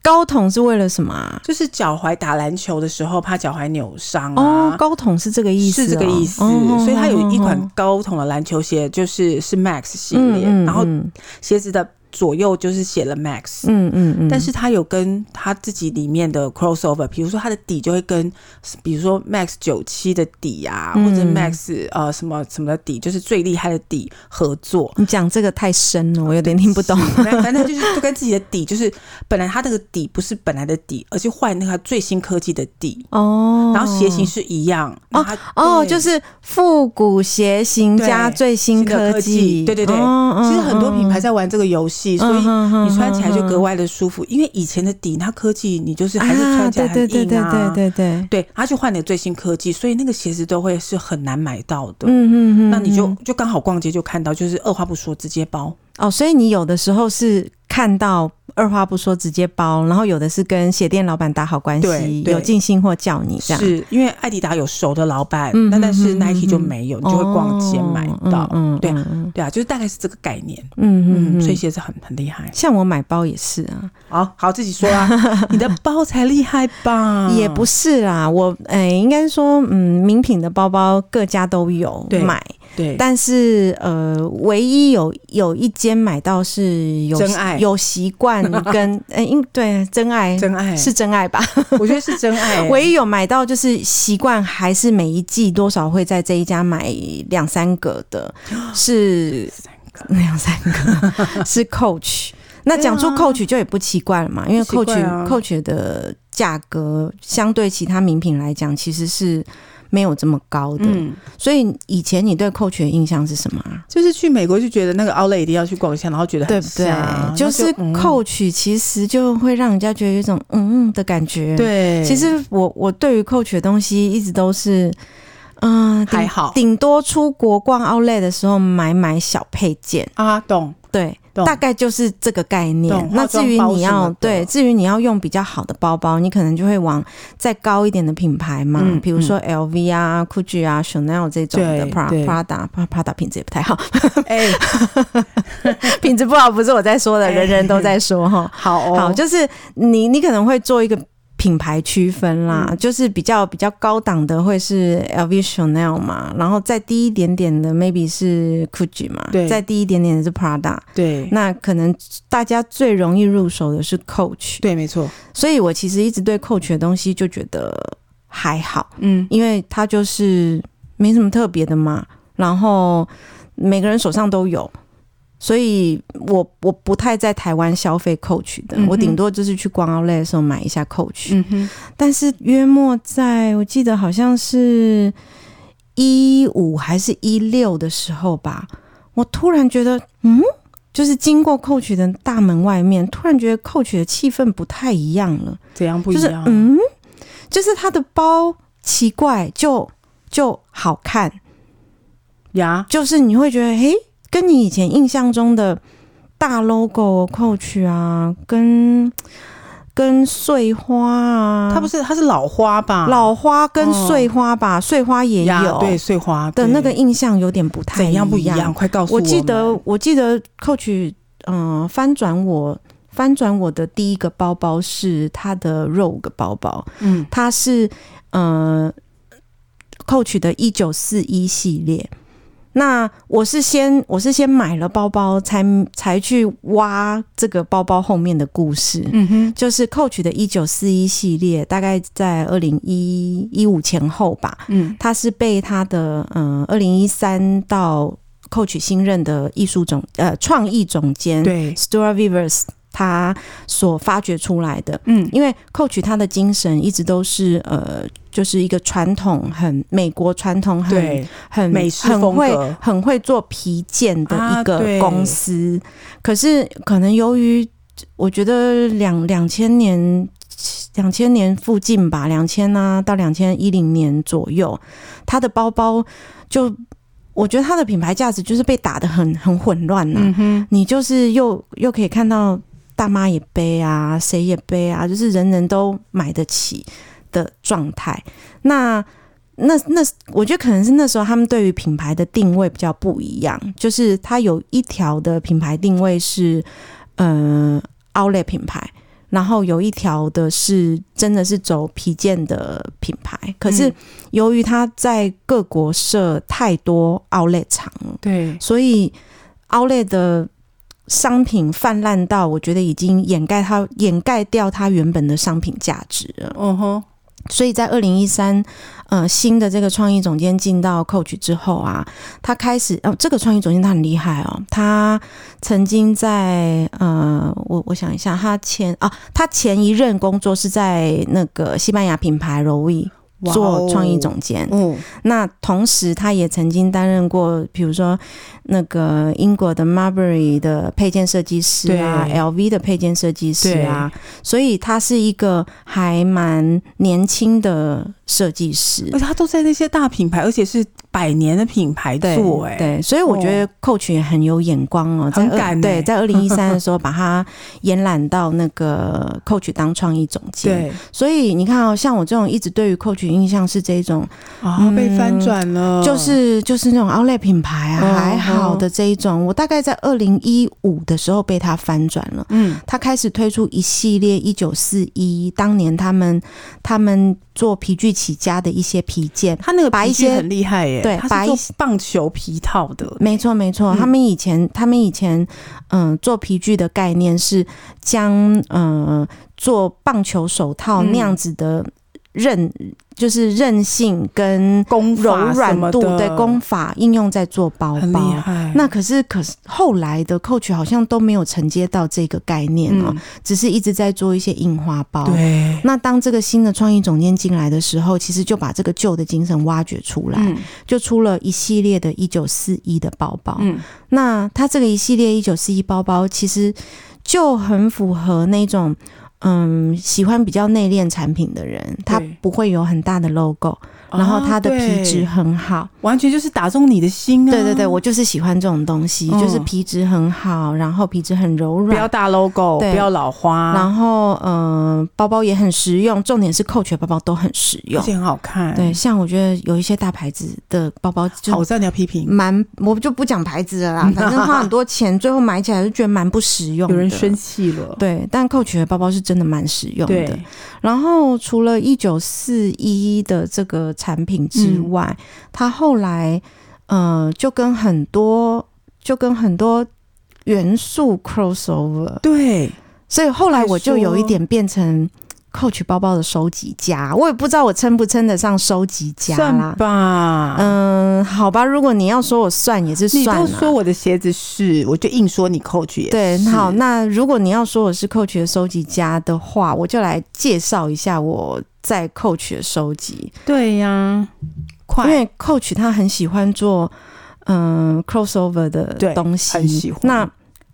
Speaker 2: 高筒是为了什么啊？
Speaker 3: 就是脚踝打篮球的时候怕脚踝扭伤 啊
Speaker 2: 哦，，高筒是这个意思哦、
Speaker 3: 是这个意思。
Speaker 2: 哦
Speaker 3: 所以它有一款
Speaker 2: 哦
Speaker 3: 高筒的篮球鞋，就是是 Max 系
Speaker 2: 嗯
Speaker 3: 列，
Speaker 2: 嗯
Speaker 3: 然后
Speaker 2: 嗯
Speaker 3: 鞋子的左右就是写了 Max，
Speaker 2: 嗯嗯嗯，
Speaker 3: 但是它有跟它自己里面的 crossover，比如说它的底就会跟，比如说 Max 九七的底啊，或者
Speaker 2: 嗯
Speaker 3: Max 呃什么什么的底，就是最厉害的底合作。
Speaker 2: 你讲这个太深了，我有点听不懂。
Speaker 3: 反正反正哦就是就跟自己的底，就是本来它这个底不是本来的底，而是换那个最新科技的底，
Speaker 2: 哦，
Speaker 3: 然后鞋型是一样。然后它
Speaker 2: 哦，
Speaker 3: 对
Speaker 2: 就是复古鞋型加
Speaker 3: 对
Speaker 2: 最新
Speaker 3: 的
Speaker 2: 科技，
Speaker 3: 对对对。
Speaker 2: 哦嗯
Speaker 3: 其实很多品牌，在玩这个游戏，所以你穿起来就格外的舒服。因为以前的底，它科技你就是还是穿起来很
Speaker 2: 啊对对
Speaker 3: 硬
Speaker 2: 对对
Speaker 3: 啊，
Speaker 2: 对对，
Speaker 3: 对，它就换了最新科技，所以那个鞋子都会是很难买到的。
Speaker 2: 嗯嗯嗯，
Speaker 3: 那你
Speaker 2: 嗯
Speaker 3: 就就刚好逛街就看到，就是二话不说直接包。
Speaker 2: 哦，所以你有的时候是看到二话不说直接包，然后有的是跟鞋店老板打好关系
Speaker 3: 对，对
Speaker 2: 有尽兴或叫你这样，
Speaker 3: 是因为艾迪达有熟的老板，
Speaker 2: 嗯
Speaker 3: 那但是
Speaker 2: 嗯嗯
Speaker 3: Nike 就没有，你就会逛街买到。
Speaker 2: 哦
Speaker 3: 对
Speaker 2: 嗯嗯
Speaker 3: 对啊，就是大概是这个概念。
Speaker 2: 嗯
Speaker 3: 嗯，
Speaker 2: 嗯
Speaker 3: 所以
Speaker 2: 嗯。
Speaker 3: 鞋子很很厉害。
Speaker 2: 像我买包也是啊，
Speaker 3: 好好自己说 啊，你的包才厉害吧？
Speaker 2: 也不是啦，我诶、应该说，嗯，名品的包包各家都有
Speaker 3: 对
Speaker 2: 买，
Speaker 3: 对，
Speaker 2: 但是呃，唯一有有一间买到是有
Speaker 3: 真爱
Speaker 2: 有习惯 跟呃，因对真爱
Speaker 3: 真爱
Speaker 2: 是真爱吧？
Speaker 3: 我觉得是真 爱、欸。
Speaker 2: 唯一有买到就是习惯，还是每一季多少会在这一家买两三个 的，是两三个 是 Coach。那讲出
Speaker 3: 对啊
Speaker 2: Coach 就也不奇怪了嘛，因为
Speaker 3: 不
Speaker 2: Coach
Speaker 3: 奇怪啊
Speaker 2: Coach 的价格相对其他名品来讲，其实是没有这么高的。
Speaker 3: 嗯，
Speaker 2: 所以以前你对 Coach 的印象是什么啊？
Speaker 3: 就是去美国就觉得那个 Outlet 一定要去逛一下，然后觉得
Speaker 2: 对
Speaker 3: 很
Speaker 2: 不对
Speaker 3: 香？
Speaker 2: 啊就是
Speaker 3: 然后嗯
Speaker 2: Coach 其实就会让人家觉得有一种嗯嗯的感觉。
Speaker 3: 嗯、。对，
Speaker 2: 其实我我对于 Coach 的东西一直都是，嗯、顶
Speaker 3: 还好
Speaker 2: 顶多出国逛 Outlet 的时候买买小配件，
Speaker 3: 啊，懂
Speaker 2: 对，
Speaker 3: 懂
Speaker 2: 大概就是这个概念
Speaker 3: 懂。
Speaker 2: 那
Speaker 3: 化
Speaker 2: 至
Speaker 3: 妆
Speaker 2: 于
Speaker 3: 包
Speaker 2: 你
Speaker 3: 什么
Speaker 2: 要
Speaker 3: 的
Speaker 2: 对，至于你要用比较好的包包，你可能就会往再高一点的品牌嘛，
Speaker 3: 嗯
Speaker 2: 比如说 LV 啊、GUCCI 啊、Chanel 这种的
Speaker 3: 对
Speaker 2: Prada
Speaker 3: 对
Speaker 2: Prada 啊 Prada 品质也不太好，
Speaker 3: 哎、
Speaker 2: 品质不好不是我在说的，人人都在说哈。
Speaker 3: 好哎 哦，
Speaker 2: 好，就是你你可能会做一个品牌区分啦，
Speaker 3: 嗯
Speaker 2: 就是比较比较高档的会是 LV Chanel 嘛，然后再低一点点的 maybe 是 Gucci 嘛，
Speaker 3: 对
Speaker 2: 再低一点点的是 Prada，
Speaker 3: 对
Speaker 2: 那可能大家最容易入手的是 Coach，
Speaker 3: 对，没错，
Speaker 2: 所以我其实一直对 Coach 的东西就觉得还好，
Speaker 3: 嗯，
Speaker 2: 因为它就是没什么特别的嘛，然后每个人手上都有，所以我我不太在台湾消费 Coach 的，
Speaker 3: 嗯哼
Speaker 2: 我顶多就是去逛 Outlet 的时候买一下 Coach，、
Speaker 3: 嗯哼，
Speaker 2: 但是约莫在我记得好像是一五还是一六的时候吧，我突然觉得，嗯。就是经过 Coach 的大门外面，突然觉得 Coach 的气氛不太一样了。
Speaker 3: 怎样不一
Speaker 2: 就是
Speaker 3: 样？
Speaker 2: 嗯，就是它的包奇怪就就好看，
Speaker 3: 呀，
Speaker 2: 就是你会觉得嘿，跟你以前印象中的大 logo Coach 啊，跟跟碎花啊，
Speaker 3: 它不
Speaker 2: 是
Speaker 3: 是它是老花吧？
Speaker 2: 老花跟
Speaker 3: 啊哦
Speaker 2: 碎花吧，碎花也
Speaker 3: 呀
Speaker 2: 有
Speaker 3: 对碎花
Speaker 2: 的
Speaker 3: 对
Speaker 2: 那个印象有点不太
Speaker 3: 怎样不
Speaker 2: 一
Speaker 3: 一样？快告诉
Speaker 2: 我
Speaker 3: 们
Speaker 2: 记得我记得 Coach 嗯、呃翻转我。翻转我的第一个包包是它的 Rogue 包包，
Speaker 3: 嗯，
Speaker 2: 它是呃 Coach 的一九四一系列。那我是先我是先买了包包才，才去挖这个包包后面的故事。
Speaker 3: 嗯哼，
Speaker 2: 就是 Coach 的一九四一系列，大概在二零一一五前后吧。
Speaker 3: 嗯
Speaker 2: 它是被他的嗯二零一三到 Coach 新任的艺术总呃创意总监
Speaker 3: 对，
Speaker 2: Stuart Vivers 他所发掘出来的。
Speaker 3: 嗯
Speaker 2: 因为 Coach 他的精神一直都是呃，就是一个传统很美国传统很
Speaker 3: 对，
Speaker 2: 很
Speaker 3: 美式
Speaker 2: 很
Speaker 3: 风格
Speaker 2: 会很会做皮件的一
Speaker 3: 啊
Speaker 2: 个
Speaker 3: 对
Speaker 2: 公司。可是可能由于我觉得两两千年。两千年附近吧，两千啊到两千一零年左右，它的包包就我觉得它的品牌价值就是被打得很很混乱啊呐、
Speaker 3: 嗯哼，
Speaker 2: 你就是又又可以看到大妈也背啊，谁也背啊，就是人人都买得起的状态。那那那，我觉得可能是那时候他们对于品牌的定位比较不一样，就是它有一条的品牌定位是呃 Outlet 品牌。然后有一条的是真的是走皮件的品牌，可是
Speaker 3: 嗯
Speaker 2: 由于它在各国设太多 outlet 厂了，
Speaker 3: 对，
Speaker 2: 所以 Outlet 的商品泛滥到我觉得已经掩盖它掩盖掉它原本的商品价值了。
Speaker 3: 嗯哼，
Speaker 2: 所以在二零一三，呃，新的这个创意总监进到 Coach 之后啊，他开始，哦，这个创意总监他很厉害哦，他曾经在，呃，我我想一下，他前啊，他前一任工作是在那个西班牙品牌 r o e
Speaker 3: 哇哦
Speaker 2: 做创意，总监，
Speaker 3: 嗯，
Speaker 2: 那同时他也曾经担任过，比如说那个英国的 Marbury 的配件设计师啊
Speaker 3: 对
Speaker 2: ，LV 的配件设计师啊，所以他是一个还蛮年轻的设计师
Speaker 3: 而。且他都在那些大品牌，而且是百年的品牌
Speaker 2: 对
Speaker 3: 做、哎，
Speaker 2: 对，所以我觉得 Coach 也很有眼光哦，在
Speaker 3: 很
Speaker 2: 二
Speaker 3: 敢欸
Speaker 2: 对，在二零一三的时候把他延揽到那个 Coach 当创意总监。
Speaker 3: 对
Speaker 2: 所以你看哦，像我这种一直对于 Coach 印象是这种
Speaker 3: 啊，被翻转了，
Speaker 2: 嗯就是就是那种 outlet 品牌啊，
Speaker 3: 嗯
Speaker 2: 还好的这一种，我大概在二零一五的时候被它翻转了。
Speaker 3: 嗯，
Speaker 2: 它开始推出一系列一九四一当年他们他们做皮具起家的一些皮件，
Speaker 3: 他那个
Speaker 2: 把
Speaker 3: 皮
Speaker 2: 一
Speaker 3: 具
Speaker 2: 些
Speaker 3: 很厉害耶、
Speaker 2: 对
Speaker 3: 他
Speaker 2: 把
Speaker 3: 是
Speaker 2: 一
Speaker 3: 做
Speaker 2: 些
Speaker 3: 棒球皮套的，
Speaker 2: 没错没错，
Speaker 3: 嗯
Speaker 2: 他们以前他们以前嗯、呃做皮具的概念是将呃做棒球手套
Speaker 3: 嗯
Speaker 2: 那样子的韧，就是韧性跟
Speaker 3: 功
Speaker 2: 柔
Speaker 3: 法什
Speaker 2: 软
Speaker 3: 么
Speaker 2: 度
Speaker 3: 的
Speaker 2: 对功法应用在做包
Speaker 3: 很厉
Speaker 2: 包。
Speaker 3: 害，
Speaker 2: 那可是，可是后来的 coach 好像都没有承接到这个概念哦，
Speaker 3: 嗯，
Speaker 2: 只是一直在做一些印花包。
Speaker 3: 对，
Speaker 2: 那当这个新的创意总监进来的时候，其实就把这个旧的精神挖掘出来，
Speaker 3: 嗯
Speaker 2: 就出了一系列的1941的包包。
Speaker 3: 嗯，
Speaker 2: 那它这个一系列1941包包，其实就很符合那种嗯喜欢比较内敛产品的人，他
Speaker 3: 对
Speaker 2: 不会有很大的 logo，然后它的
Speaker 3: 啊
Speaker 2: 皮质
Speaker 3: 对
Speaker 2: 很好。
Speaker 3: 完全就是打中你的心啊，
Speaker 2: 对对对，我就是喜欢这种东西，
Speaker 3: 嗯
Speaker 2: 就是皮质很好，然后皮质很柔
Speaker 3: 不要
Speaker 2: 软，
Speaker 3: 大 logo，
Speaker 2: 对
Speaker 3: 不要老花，
Speaker 2: 然后呃，包包也很实用，重点是 Coach 的包包都很实
Speaker 3: 而
Speaker 2: 用。
Speaker 3: 且很好看，
Speaker 2: 对，，像我觉得有一些大牌子的包包
Speaker 3: 好，
Speaker 2: 就嗯
Speaker 3: 我知道你要批评，
Speaker 2: 蛮，我就不讲牌子了 啦，反正花很多钱，最后买起来就觉得蛮不实用的。
Speaker 3: 有人生气了，
Speaker 2: 对，但 Coach 的包包是真的蛮实用的。
Speaker 3: 对，
Speaker 2: 然后除了一九四一的这个产品之外，它后来呃就跟很多就跟很多元素 crossover，
Speaker 3: 对，
Speaker 2: 所以后来我就
Speaker 3: 快说
Speaker 2: 有一点变成 Coach 包包的收集家，我也不知道我称不称得上收集家
Speaker 3: 算
Speaker 2: 啦。
Speaker 3: 吧，
Speaker 2: 嗯，好吧，如果你要说我算也是
Speaker 3: 你
Speaker 2: 算
Speaker 3: 都
Speaker 2: 啦。
Speaker 3: 说我的鞋子是，我就硬说你 Coach 也是
Speaker 2: 对，好，那如果你要说我是 Coach 的收集家的话，我就来介绍一下我在 Coach 的收集。
Speaker 3: 对呀，
Speaker 2: 因
Speaker 3: 快，
Speaker 2: 为 Coach 他很喜欢做嗯、呃 crossover
Speaker 3: 对
Speaker 2: 的东西，
Speaker 3: 很喜欢
Speaker 2: 那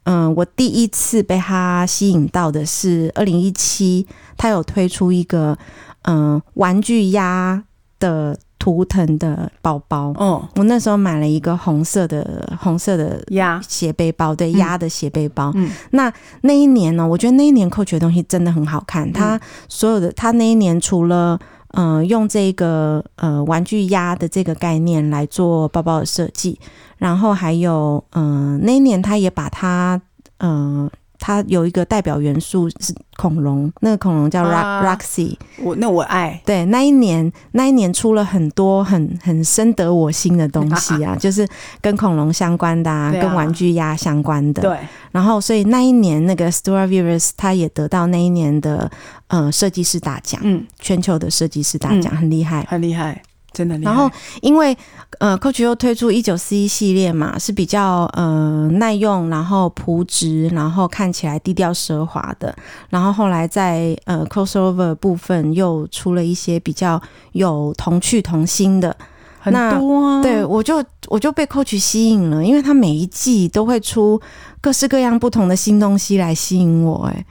Speaker 2: 嗯、呃我第一次被他吸引到的是二零一七，他有推出一个嗯、呃玩具鸭的图腾的包包。
Speaker 3: 哦
Speaker 2: 我那时候买了一个红色的红色的
Speaker 3: 呀，
Speaker 2: 斜背包，对
Speaker 3: 嗯
Speaker 2: 鸭的斜背包。
Speaker 3: 嗯
Speaker 2: 那那一年呢，我觉得那一年 Coach 的东西真的很好看。
Speaker 3: 嗯
Speaker 2: 他所有的他那一年除了呃用这个呃玩具鸭的这个概念来做包包的设计，然后还有嗯、呃、那一年他也把它嗯。呃它有一个代表元素是恐龙，那个恐龙叫 Rock、
Speaker 3: 啊
Speaker 2: Roxy。
Speaker 3: 我那我爱，
Speaker 2: 对，那一年那一年出了很多很很深得我心的东西 啊，就是跟恐龙相关的啊，
Speaker 3: 对啊
Speaker 2: 跟玩具鸭相关的。
Speaker 3: 对，
Speaker 2: 然后，所以那一年那个 Stuart Vivers 他也得到那一年的呃设计师大奖，
Speaker 3: 嗯，
Speaker 2: 全球的设计师大奖，
Speaker 3: 嗯
Speaker 2: 很厉害。
Speaker 3: 很厉害，真的很厉害，
Speaker 2: 然后，因为呃，Coach 又推出一九四一系列嘛，是比较呃耐用，然后朴质，然后看起来低调奢华的。然后后来在呃 crossover 部分又出了一些比较有童趣童心的，
Speaker 3: 很
Speaker 2: 那
Speaker 3: 多啊，
Speaker 2: 对，我就我就被 Coach 吸引了，因为他每一季都会出各式各样不同的新东西来吸引我、哎，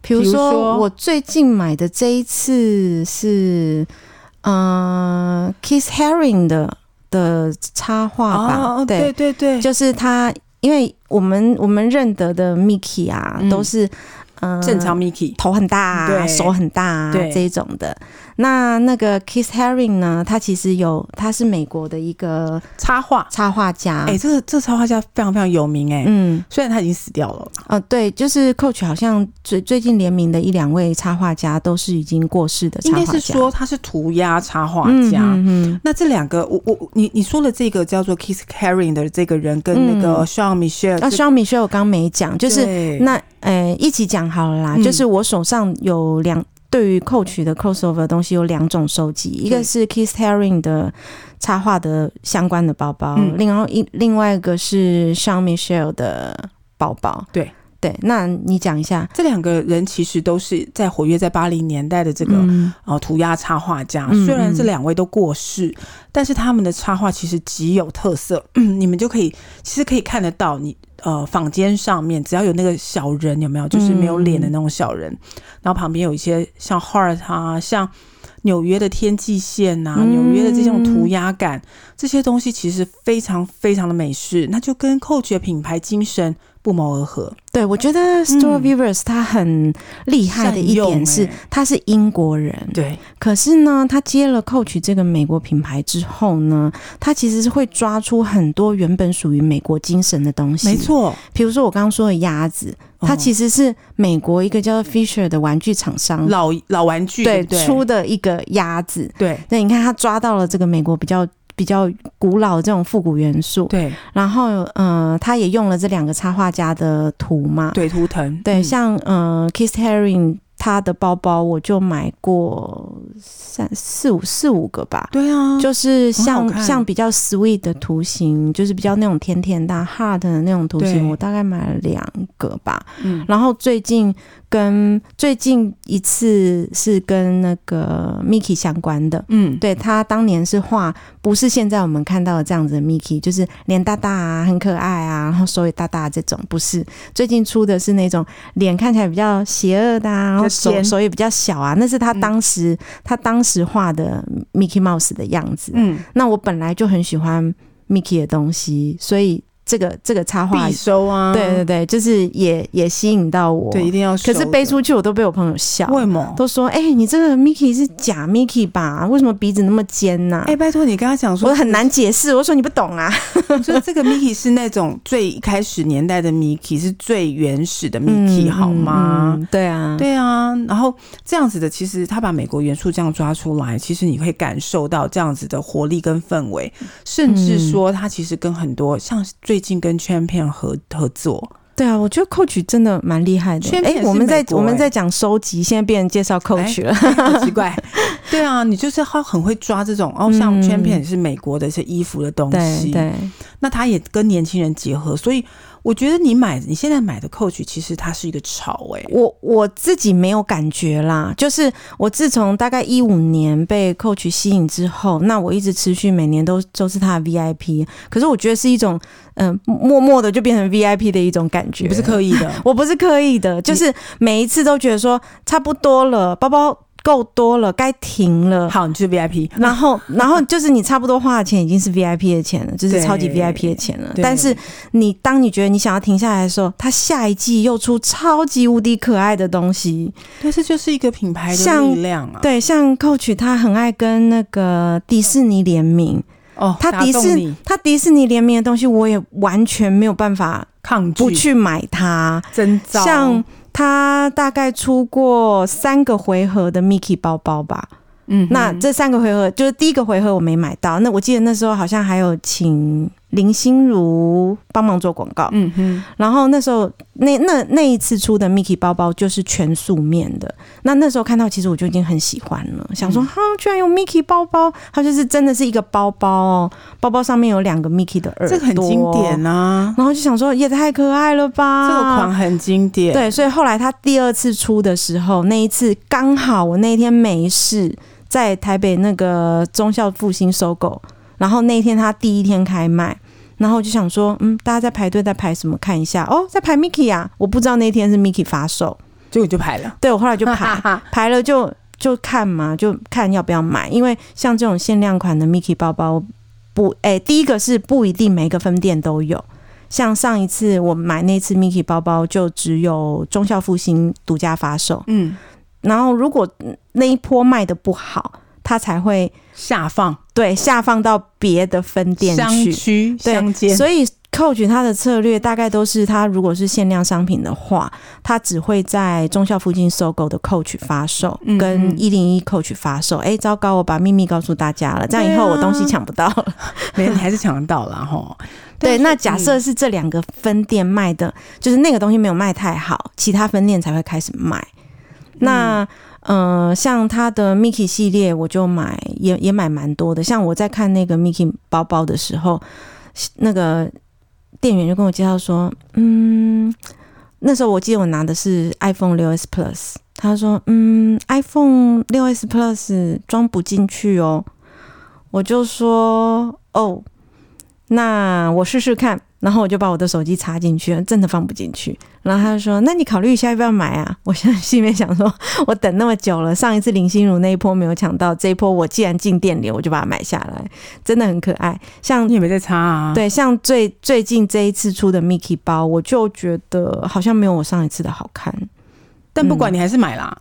Speaker 2: 比如
Speaker 3: 比如
Speaker 2: 说
Speaker 3: 说
Speaker 2: 我最近买的这一次是，呃，Kiss Herring 的的插画吧，
Speaker 3: 哦，对对对，
Speaker 2: 就是他，因为我们我们认得的 Mickey 啊，
Speaker 3: 嗯
Speaker 2: 都是嗯
Speaker 3: 正常 Mickey，
Speaker 2: 头很大、啊，
Speaker 3: 对
Speaker 2: 手很大、啊、
Speaker 3: 对
Speaker 2: 这一种的。那那个 Kiss Herring 呢？他其实有，他是美国的一个
Speaker 3: 插画，
Speaker 2: 插画家。
Speaker 3: 哎、这个这插画家非常非常有名哎、
Speaker 2: 嗯，
Speaker 3: 虽然他已经死掉了，
Speaker 2: 哦、对，就是 Coach 好像最最近联名的一两位插画家都是已经过世的插
Speaker 3: 应
Speaker 2: 画家，
Speaker 3: 该是说他是涂鸦插画
Speaker 2: 嗯
Speaker 3: 家。
Speaker 2: 嗯
Speaker 3: 那这两个，我我你你说的这个叫做 Kiss Carrying 的这个人，跟那个 Sean Michelle，、
Speaker 2: 嗯。那
Speaker 3: 呃这
Speaker 2: 双米雪我刚没讲，就是
Speaker 3: 对
Speaker 2: 那呃一起讲好了啦，
Speaker 3: 嗯
Speaker 2: 就是我手上有两对于 Coach 的 crossover 的东西有两种收集，一个是 Kiss Herring 的插画的相关的包包，
Speaker 3: 嗯
Speaker 2: 另外一另外一个是 Sean Michelle 的包包。
Speaker 3: 对
Speaker 2: 对，那你讲一下
Speaker 3: 这两个人其实都是在活跃在八零年代的这
Speaker 2: 这
Speaker 3: 个、
Speaker 2: 嗯
Speaker 3: 呃涂鸦插画家
Speaker 2: 嗯，
Speaker 3: 虽然这
Speaker 2: 嗯
Speaker 3: 两位都过世，但是他们的插画其实极有特色，嗯你们就可以其实可以看得到你。呃，坊间上面只要有那个小人，有没有？就是没有
Speaker 2: 嗯
Speaker 3: 脸的那种小人，然后旁边有一些像 heart 啊，像纽约的天际线呐、啊，
Speaker 2: 嗯
Speaker 3: 纽、约的这种涂鸦感，这些东西其实非常非常的美式，那就跟 Coach 的品牌精神不谋而合。
Speaker 2: 对，我觉得 Store Viewers 他很厉害的一
Speaker 3: 嗯善用
Speaker 2: 点是
Speaker 3: 欸，
Speaker 2: 他是英国人，
Speaker 3: 对，
Speaker 2: 可是呢，他接了 Coach 这个美国品牌之后呢，他其实是会抓出很多原本属于美国精神的东西。
Speaker 3: 没，错，哦嗯
Speaker 2: 比如说我刚刚说的鸭子，它其
Speaker 3: 实、
Speaker 2: 实是美国一个叫做 Fisher 的玩具厂商
Speaker 3: 老老玩具，对不对，
Speaker 2: 出的一个鸭子。
Speaker 3: 对
Speaker 2: 对，你看他抓到了这个美国比较。比较古老的这种复古元素，
Speaker 3: 对
Speaker 2: 然后呃，他也用了这两个插画家的图嘛，
Speaker 3: 对图腾，
Speaker 2: 对，
Speaker 3: 嗯
Speaker 2: 像呃，Kiss Herring 它的包包我就买过三四五四五个吧，
Speaker 3: 对啊，
Speaker 2: 就是
Speaker 3: 很好
Speaker 2: 像
Speaker 3: 看
Speaker 2: 像比较 sweet 的图形，就是比较那种甜甜的 hard 的那种图形，
Speaker 3: 对
Speaker 2: 我大概买了两个吧。
Speaker 3: 嗯
Speaker 2: 然后最近跟最近一次是跟那个 Mickey 相关的。
Speaker 3: 嗯，
Speaker 2: 对他当年是画，不是现在我们看到的这样子的 Mickey，就是脸大大啊，很可爱啊，然后手也大大这种，不是。最近出的是那种脸看起来比较邪恶的啊，然后
Speaker 3: 比较
Speaker 2: 手
Speaker 3: 尖
Speaker 2: 手也比较小啊，那是他
Speaker 3: 嗯
Speaker 2: 当时、他当时画的 Mickey Mouse 的样子。
Speaker 3: 嗯，
Speaker 2: 那我本来就很喜欢 Mickey 的东西，所以这个这个插画
Speaker 3: 必，收啊，
Speaker 2: 对对对，就是也也吸引到我。
Speaker 3: 对，一定要收
Speaker 2: 可
Speaker 3: 的。
Speaker 2: 是背啊出去我都被我朋友笑，
Speaker 3: 为毛？
Speaker 2: 都说：“哎、你这个 Mickey 是假 Mickey 吧？为什么鼻子那么尖呐、
Speaker 3: 哎、拜托你跟他讲
Speaker 2: 我
Speaker 3: 说，
Speaker 2: 很难解释，我说你不懂啊。
Speaker 3: 我说这个 Mickey 是那种最一开始年代的 Mickey，是最原始的 Mickey，、好吗？
Speaker 2: 嗯嗯对啊，
Speaker 3: 对啊，然后这样子的，其实他把美国元素这样抓出来，其实你会感受到这样子的活力跟氛围，甚
Speaker 2: 嗯
Speaker 3: 至说他其实跟很多像最近跟 Champion 合合作，
Speaker 2: 对啊，我觉得 Coach 真的蛮厉害的。
Speaker 3: 圈
Speaker 2: 哎、
Speaker 3: 粉也是
Speaker 2: 我们在、
Speaker 3: 美国
Speaker 2: 我们
Speaker 3: 哎
Speaker 2: 在讲收集，现在变成介绍 Coach 了。
Speaker 3: 好奇 怪。对啊，你就是他很会抓这种哦，
Speaker 2: 嗯
Speaker 3: 像 Champion 也是美国的一些衣服的东
Speaker 2: 对
Speaker 3: 西，
Speaker 2: 对，
Speaker 3: 那他也跟年轻人结合，所以我觉得你买你现在买的 Coach 其实它是一个潮哎、
Speaker 2: 我我自己没有感觉啦，就是我自从大概一五年被 Coach 吸引之后，那我一直持续每年都都是他的 VIP，可是我觉得是一种嗯、呃默默的就变成 VIP 的一种感觉，
Speaker 3: 不是刻意的，
Speaker 2: 我不是刻意
Speaker 3: 嗯
Speaker 2: 的，就是每一次都觉得说差不多了，包包够多了，该停了。
Speaker 3: 好，你就是 VIP，
Speaker 2: 然 后，然后就是你差不多花的钱已经是 VIP 的钱了，就是超级 VIP 的钱了。
Speaker 3: 对
Speaker 2: 但是你当你觉得你想要停下来的时候，它下一季又出超级无敌可爱的东西。
Speaker 3: 但是就是一个品牌的
Speaker 2: 像
Speaker 3: 力量啊，
Speaker 2: 对，像 Coach 他很爱跟那个迪士尼联名，
Speaker 3: 哦，
Speaker 2: 他
Speaker 3: 打
Speaker 2: 迪
Speaker 3: 动
Speaker 2: 士
Speaker 3: 你
Speaker 2: 他迪士尼联名的东西，我也完全没有办法
Speaker 3: 抗
Speaker 2: 不
Speaker 3: 拒
Speaker 2: 去买它。
Speaker 3: 征兆，
Speaker 2: 像他大概出过三个回合的 Mickey 包包吧。
Speaker 3: 嗯哼
Speaker 2: 那这三个回合就是第一个回合我没买到，那我记得那时候好像还有请林心如帮忙做广告。
Speaker 3: 嗯哼，
Speaker 2: 然后那时候那那那一次出的 Mickey 包包就是全素面的，那那时候看到其实我就已经很喜欢了，想
Speaker 3: 嗯
Speaker 2: 说哈、居然有 Mickey 包包，它就是真的是一个包包哦，包包上面有两个 Mickey 的耳朵，
Speaker 3: 这个很经典。啊，
Speaker 2: 然后就想说也太可爱了吧，
Speaker 3: 这个款很经典，，
Speaker 2: 对，所以后来他第二次出的时候，那一次刚好我那一天没事，在台北那个中校复兴收购，然后那一天他第一天开卖。然后我就想说，嗯，大家在排队在排什么？看一下哦，在排 Mickey 啊！我不知道那天是 Mickey 发售，
Speaker 3: 结果就排了，
Speaker 2: 对我后来就排
Speaker 3: 哈哈，
Speaker 2: 排了就就看嘛，就看要不要买。因为像这种限量款的 Mickey 包包，不，哎、第一个是不一定每个分店都有，像上一次我买那次 Mickey 包包，就只有中校复兴独家发售。
Speaker 3: 嗯，
Speaker 2: 然后如果嗯那一波卖的不好，它才会
Speaker 3: 下放
Speaker 2: 对下放到别的分店
Speaker 3: 商
Speaker 2: 去。
Speaker 3: 区
Speaker 2: 对
Speaker 3: 相间，
Speaker 2: 所以 Coach 它的策略大概都是，它如果是限量商品的话，它只会在中校附近搜狗的 Coach 发售，
Speaker 3: 嗯
Speaker 2: 跟
Speaker 3: 嗯
Speaker 2: 一零一 Coach 发售。哎、糟糕，我把秘密告诉大家了，这样以后
Speaker 3: 对啊
Speaker 2: 我东西抢不到了。
Speaker 3: 没有你还是抢得到啦 吼。
Speaker 2: 对，
Speaker 3: 但是嗯
Speaker 2: 那假设是这两个分店卖的，就是那个东西没有卖太好，其他分店才会开始卖。那、呃，像它的 Mickey 系列，我就买也也买蛮多的。像我在看那个 Mickey 包包的时候，那个店员就跟我介绍说，嗯，那时候我记得我拿的是 iPhone 六 S Plus，他说，嗯，iPhone 六 S Plus 装不进去哦。我就说，哦，那我试试看。然后我就把我的手机插进去，真的放不进去。然后他就说：“那你考虑一下要不要买啊？” 我现在心里面想说，我等那么久了，上一次林心如那一波没有抢到，这一波我既然进店里，我就把它买下来，真的很可爱。像
Speaker 3: 你也没在差啊，，
Speaker 2: 对，像最最近这一次出的 Mickey 包，我就觉得好像没有我上一次的好看。
Speaker 3: 但不管你还是买啦。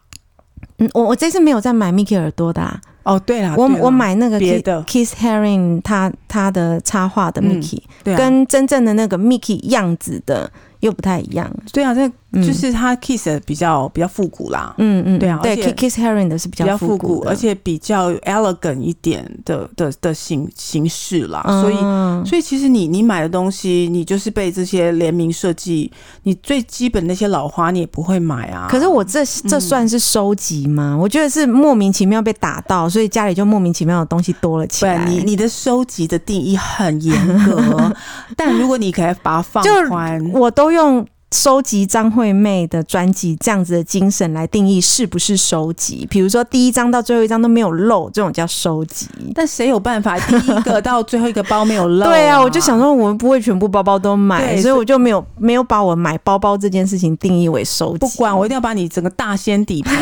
Speaker 2: 嗯，我我这次没有再买 Mickey 耳朵的、啊，
Speaker 3: 哦，对啦，
Speaker 2: 我
Speaker 3: 对啦
Speaker 2: 我买那个
Speaker 3: 别的
Speaker 2: Kiss Herring 他他的插画的
Speaker 3: 嗯
Speaker 2: Mickey，、
Speaker 3: 对啊
Speaker 2: 跟真正的那个 Mickey 样子的又不太一样。
Speaker 3: 对啊，这
Speaker 2: 嗯
Speaker 3: 就是它 Kiss 的比较比较复古啦，
Speaker 2: 嗯嗯，
Speaker 3: 对啊
Speaker 2: 对
Speaker 3: 而且
Speaker 2: ，Kiss Herring 的是比
Speaker 3: 比较复
Speaker 2: 复
Speaker 3: 古，
Speaker 2: 的
Speaker 3: 而且比较 elegant 一点的的的形形式啦，所以
Speaker 2: 以
Speaker 3: 所以其实你你买的东西，你就是被这些联名设计，你最基本那些老花你也不会买啊。
Speaker 2: 可是我这这算是收集吗？我觉得是莫名其妙被打到，所以家里就莫名其妙的东西多了起
Speaker 3: 不
Speaker 2: 来。
Speaker 3: 啊然你你的收集的定义很严格， 但如果你可以把它放
Speaker 2: 就
Speaker 3: 宽，
Speaker 2: 我都用收集张惠妹的专辑这样子的精神来定义是不是收集。比如说第一张到最后一张都没有漏，这种叫收集。
Speaker 3: 但谁有办法第一个到最后一个包没有漏、
Speaker 2: 对啊，我就想，说，我不会全部包包都买，
Speaker 3: 对
Speaker 2: 所以我就没有没有把我买包包这件事情定义为收集。
Speaker 3: 不管我一定要把你整个大仙底盘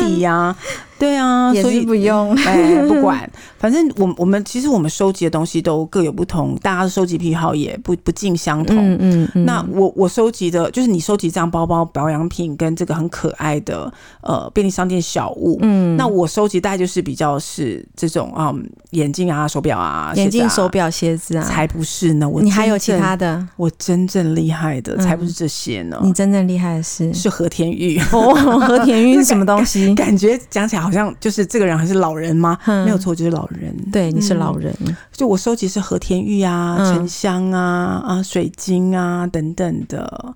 Speaker 3: 起底呀、 对啊，
Speaker 2: 也
Speaker 3: 所
Speaker 2: 是
Speaker 3: 以
Speaker 2: 不用。
Speaker 3: 哎，不管，反正我我们其实我们收集的东西都各有不同，大家的收集癖好也不不尽相同。
Speaker 2: 嗯嗯嗯，
Speaker 3: 那我我收集的就是你收集这样包包、保养品跟这个很可爱的呃便利商店小物。
Speaker 2: 嗯，
Speaker 3: 那我收集大概就是比较是这种啊、嗯眼镜啊、手表啊、
Speaker 2: 眼
Speaker 3: 鞋
Speaker 2: 镜、
Speaker 3: 子啊
Speaker 2: 手、表、鞋子啊，
Speaker 3: 才不是呢。我
Speaker 2: 你还有其
Speaker 3: 真正
Speaker 2: 他的？
Speaker 3: 我真正厉害的
Speaker 2: 嗯
Speaker 3: 才不是这些呢，
Speaker 2: 你真正厉害的是
Speaker 3: 哦是和田玉。
Speaker 2: 哦， 和田玉是什么东西？
Speaker 3: 感觉讲起来好像就是这个人还是老人吗？
Speaker 2: 嗯
Speaker 3: 没有错，就是老人。
Speaker 2: 对，你是老
Speaker 3: 嗯
Speaker 2: 人。
Speaker 3: 就我收集是和田玉啊、
Speaker 2: 嗯
Speaker 3: 沉香啊、啊水晶啊等等的，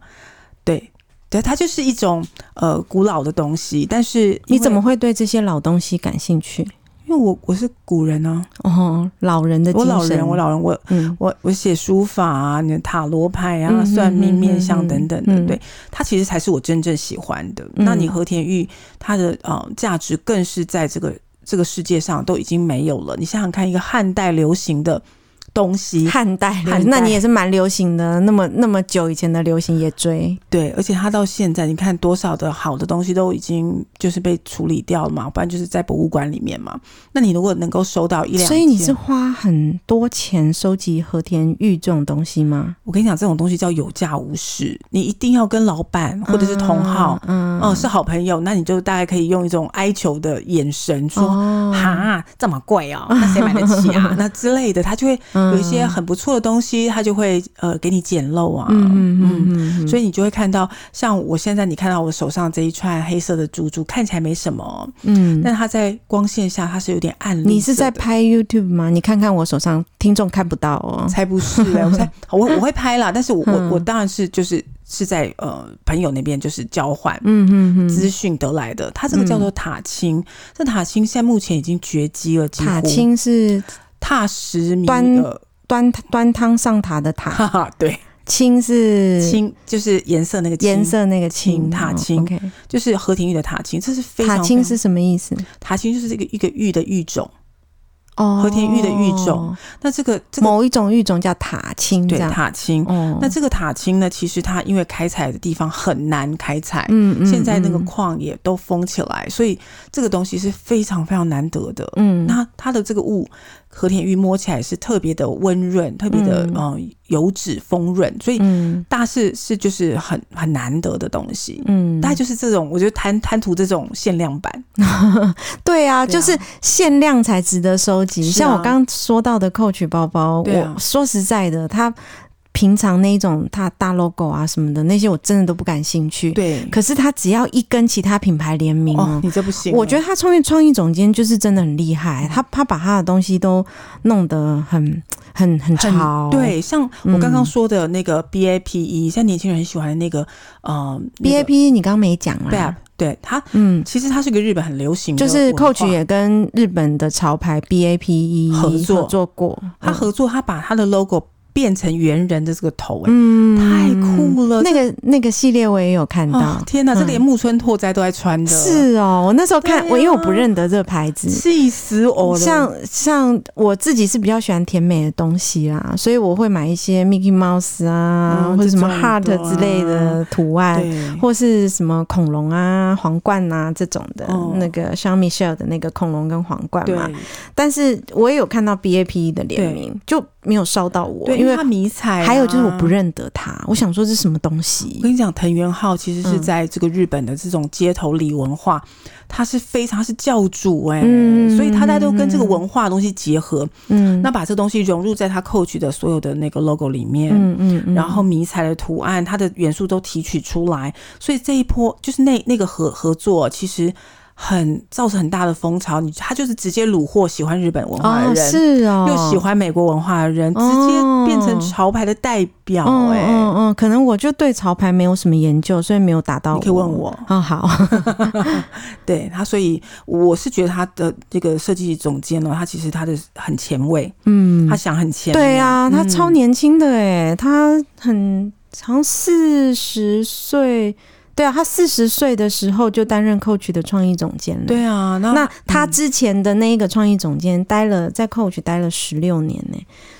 Speaker 3: 对对，它就是一种呃古老的东西。但是因为
Speaker 2: 你怎么？会对这些老东西感兴趣？
Speaker 3: 因为我我是古人啊，
Speaker 2: 哦，老人的精
Speaker 3: 我
Speaker 2: 神，
Speaker 3: 老人，我老人，我
Speaker 2: 嗯
Speaker 3: 我我写书法啊，你的塔罗牌啊、
Speaker 2: 嗯
Speaker 3: 算命、
Speaker 2: 嗯嗯
Speaker 3: 面相等等的，
Speaker 2: 嗯
Speaker 3: 对，它其实才是我真正喜欢的。
Speaker 2: 嗯
Speaker 3: 那你和田玉它的呃价值更是在这个这个世界上都已经没有了。你想想看，一个汉代流行的东西，
Speaker 2: 汉代流行，
Speaker 3: 汉代
Speaker 2: 那你也是蛮流行的，那么那么久以前的流行也追，
Speaker 3: 对，而且它到现在，你看多少的好的东西都已经就是被处理掉了嘛，不然就是在博物馆里面嘛。那你如果能够收到一两件，
Speaker 2: 所以你是花很多钱收集和田玉这种东西吗？
Speaker 3: 我跟你讲，这种东西叫有价无市，你一定要跟老板或者是同好，
Speaker 2: 嗯，
Speaker 3: 哦、是好朋友，那你就大概可以用一种哀求的眼神说。
Speaker 2: 哦，
Speaker 3: 哈，这么 贵哦，那谁买得起啊？那之类的，他就会有一些
Speaker 2: 嗯
Speaker 3: 很不错的东西，他就会呃给你捡漏啊，
Speaker 2: 嗯嗯嗯嗯，
Speaker 3: 所
Speaker 2: 以
Speaker 3: 以你就会看到，像我现在你看到我手上这一串黑色的珠珠，看起来没什么，
Speaker 2: 嗯，
Speaker 3: 但它在光线下它是有点暗绿色的。
Speaker 2: 你是在拍 YouTube 吗？你看看我手上，听众看不到哦。
Speaker 3: 才不是嘞、我才我我会拍啦，但是我我
Speaker 2: 嗯
Speaker 3: 我当然是就是是在呃朋友那边就是交换。
Speaker 2: 嗯嗯嗯，
Speaker 3: 资讯得来的，它这个叫做塔青，这塔青现在目前已经绝迹了，几乎
Speaker 2: 塔青是
Speaker 3: 踏实米
Speaker 2: 端
Speaker 3: 呃，
Speaker 2: 端端汤上塔的塔，
Speaker 3: 哈哈，对，
Speaker 2: 青是
Speaker 3: 青就是颜色那个
Speaker 2: 嗯
Speaker 3: 青
Speaker 2: 颜，色那个青，
Speaker 3: 青塔青
Speaker 2: 哦，OK，
Speaker 3: 就是和田玉的塔青，这是非常
Speaker 2: 塔青
Speaker 3: 非常
Speaker 2: 是什么意思？
Speaker 3: 塔青就是这个一个玉的玉种，
Speaker 2: 哦，
Speaker 3: 和田玉的玉种，那这个这个
Speaker 2: 某一种玉种叫塔青，这
Speaker 3: 对
Speaker 2: 样。
Speaker 3: 塔青，
Speaker 2: 哦，
Speaker 3: 那这个塔青呢，其实它因为开采的地方很难开采，
Speaker 2: 嗯嗯，
Speaker 3: 现在那个
Speaker 2: 嗯
Speaker 3: 矿也都封起来，所以这个东西是非常非常难得的。
Speaker 2: 嗯，
Speaker 3: 那它的这个雾，和田玉摸起来是特别的温润，特别的
Speaker 2: 嗯
Speaker 3: 嗯油脂丰润，所以
Speaker 2: 嗯
Speaker 3: 大是是就是很很难得的东西。
Speaker 2: 嗯，
Speaker 3: 大概就是这种，我觉得贪贪图这种限量版，
Speaker 2: 对啊，
Speaker 3: 对啊
Speaker 2: 就是限量才值得收集。
Speaker 3: 是啊
Speaker 2: 像我刚刚说到的 Coach 包包，
Speaker 3: 对啊
Speaker 2: 我说实在的，它平常那一种它大 logo 啊什么的那些，我真的都不感兴趣。，
Speaker 3: 对，
Speaker 2: 可是它只要一跟其他品牌联名
Speaker 3: 哦
Speaker 2: 哦，。
Speaker 3: 你这不行了，
Speaker 2: 我觉得他创业创意总监就是真的很厉
Speaker 3: 嗯
Speaker 2: 害，他他把他的东西都弄得很很很潮，
Speaker 3: 对，哦像我刚
Speaker 2: 嗯
Speaker 3: 刚说的那个 B A P E，、现在年轻人很喜欢的那个，呃
Speaker 2: B A P 你刚刚没讲
Speaker 3: 那个 BAP，
Speaker 2: 啦，
Speaker 3: 对它
Speaker 2: 嗯，
Speaker 3: 其实它是个日本很流行的
Speaker 2: 就
Speaker 3: 文化，
Speaker 2: 是 Coach 也跟日本的潮牌 B A P E
Speaker 3: 合作
Speaker 2: 做过，
Speaker 3: 它合作，它把它的 logo 变成猿人的这个头、哎、
Speaker 2: 嗯
Speaker 3: 太酷了，
Speaker 2: 那个那个系列我也有看
Speaker 3: 这
Speaker 2: 到，嗯
Speaker 3: 哦天哪，这连木村拓哉都在穿的，嗯
Speaker 2: 是哦，我那时候看、
Speaker 3: 对啊
Speaker 2: 我因为我不认得这个牌子。
Speaker 3: 气死我了，
Speaker 2: 像像我自己是比较喜欢甜美的东西啦，所以我会买一些 Mickey Mouse 啊，
Speaker 3: 嗯
Speaker 2: 或者什么
Speaker 3: 这种很
Speaker 2: heart
Speaker 3: 多啊
Speaker 2: 之类的图案，
Speaker 3: 对。
Speaker 2: 或是什么恐龙啊、皇冠啊这种的。
Speaker 3: 哦
Speaker 2: 那个 Jean Michel 的那个恐龙跟皇冠
Speaker 3: 对
Speaker 2: 嘛，但是我也有看到 B A P E 的联名，就没有烧到我，
Speaker 3: 对，
Speaker 2: 因
Speaker 3: 因
Speaker 2: 为
Speaker 3: 为它迷彩啊、
Speaker 2: 还有就是我不认得它，我想说这是什么东西
Speaker 3: 我。跟你讲，藤原浩其
Speaker 2: 嗯
Speaker 3: 实是在这个日本的这种街头里文化，他是非常他是教主哎、
Speaker 2: 嗯
Speaker 3: 所以他大家都跟这个文化的东西结合，
Speaker 2: 嗯，
Speaker 3: 那把这东西融入在他 Coach 的所有的那个 logo 里面。
Speaker 2: 嗯嗯嗯，
Speaker 3: 然后迷彩的图案，它的元素都提取出来，所以这一波就是那那个合合作，其实很造成很大的风潮。你他就是直接虏获喜欢日本文化的
Speaker 2: 哦，
Speaker 3: 人，
Speaker 2: 是哦，
Speaker 3: 又喜欢美国文化的人，直接变成潮牌的代表、
Speaker 2: 嗯
Speaker 3: 哎、
Speaker 2: 嗯嗯，可能我就对潮牌没有什么研究，所以没有打到。
Speaker 3: 你可以问我
Speaker 2: 啊、好，
Speaker 3: 哎对他，所以我是觉得他的这个设计总监呢，他其实他的很前卫，
Speaker 2: 嗯
Speaker 3: 他，想很前卫。
Speaker 2: 对啊，他
Speaker 3: 嗯
Speaker 2: 超年轻的哎、他很好像四十岁，对啊，他四十岁的时候就担任 Coach 的创意总监了。。
Speaker 3: 对啊，那
Speaker 2: 那他之前的那一个创意总监待了在 Coach 待了十六年呢、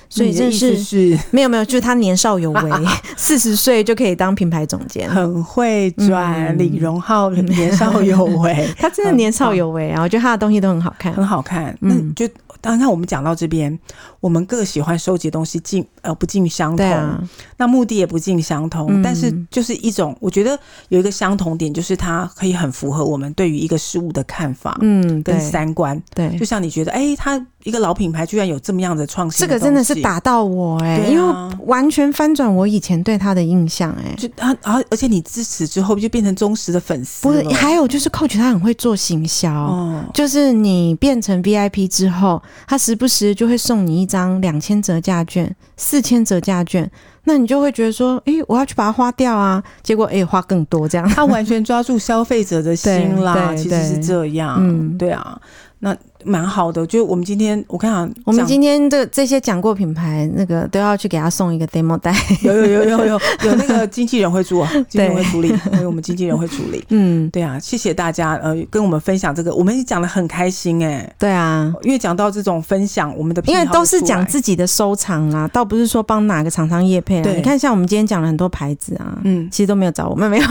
Speaker 2: 所以
Speaker 3: 你的
Speaker 2: 这
Speaker 3: 意思
Speaker 2: 是
Speaker 3: 是
Speaker 2: 没有没有，就是他年少有为， 四十岁就可以当品牌总监，
Speaker 3: 很会
Speaker 2: 嗯，
Speaker 3: 转，李荣浩年少有 为
Speaker 2: 他真的
Speaker 3: 很
Speaker 2: 年少
Speaker 3: 棒
Speaker 2: 有为啊！我觉得他的东西都很好看。
Speaker 3: 很好看。那
Speaker 2: 嗯
Speaker 3: 就刚刚我们讲到这边，我们各喜欢收集的东西尽呃不尽相同，
Speaker 2: 对啊，
Speaker 3: 那目的也不尽相同，
Speaker 2: 嗯
Speaker 3: 但是就是一种，我觉得有一个相同点，就是它可以很符合我们对于一个事物的看法。
Speaker 2: 嗯，
Speaker 3: 跟
Speaker 2: 对
Speaker 3: 三观，
Speaker 2: 对
Speaker 3: 就，像你觉得，哎、它一个老品牌居然有这么样的创新
Speaker 2: 这
Speaker 3: 东西，
Speaker 2: 个真的是打到我哎、
Speaker 3: 对啊
Speaker 2: 因为完全翻转我以前对他的印象哎、
Speaker 3: 就啊，而而且你支持之后就变成忠实的粉丝
Speaker 2: 不
Speaker 3: 了，
Speaker 2: 是，还有就是 Coach 他很会做行销。
Speaker 3: 哦，
Speaker 2: 就是你变成 VIP 之后，他时不时就会送你一张两千折价券、四千折价券，那你就会觉得说，诶、我要去把它花掉啊，结果诶、花更多 这样。
Speaker 3: 他完全抓住消费者的心啦，
Speaker 2: 对对
Speaker 3: 其实是这样，
Speaker 2: 嗯
Speaker 3: 对啊，那蛮好的。就我们今天，我看啊，
Speaker 2: 我们
Speaker 3: 讲
Speaker 2: 今天这这些讲过品牌，那个都要去给他送一个 demo 带。
Speaker 3: 有有有有有有那个经纪人 会做，啊经纪人会处理，所以我们经纪人会处理。
Speaker 2: 嗯，
Speaker 3: 对啊，谢谢大家，呃，跟我们分享这个，我们也讲的很开心哎、
Speaker 2: 对啊，
Speaker 3: 因为讲到这种分享，我们的
Speaker 2: 因为
Speaker 3: 癖好
Speaker 2: 都是
Speaker 3: 出来
Speaker 2: 讲自己的收藏啦，倒不是说帮哪个厂商业配啦。啊
Speaker 3: 对
Speaker 2: 你看，像我们今天讲了很多牌子啊，
Speaker 3: 嗯，
Speaker 2: 其实都没有找我们，没有，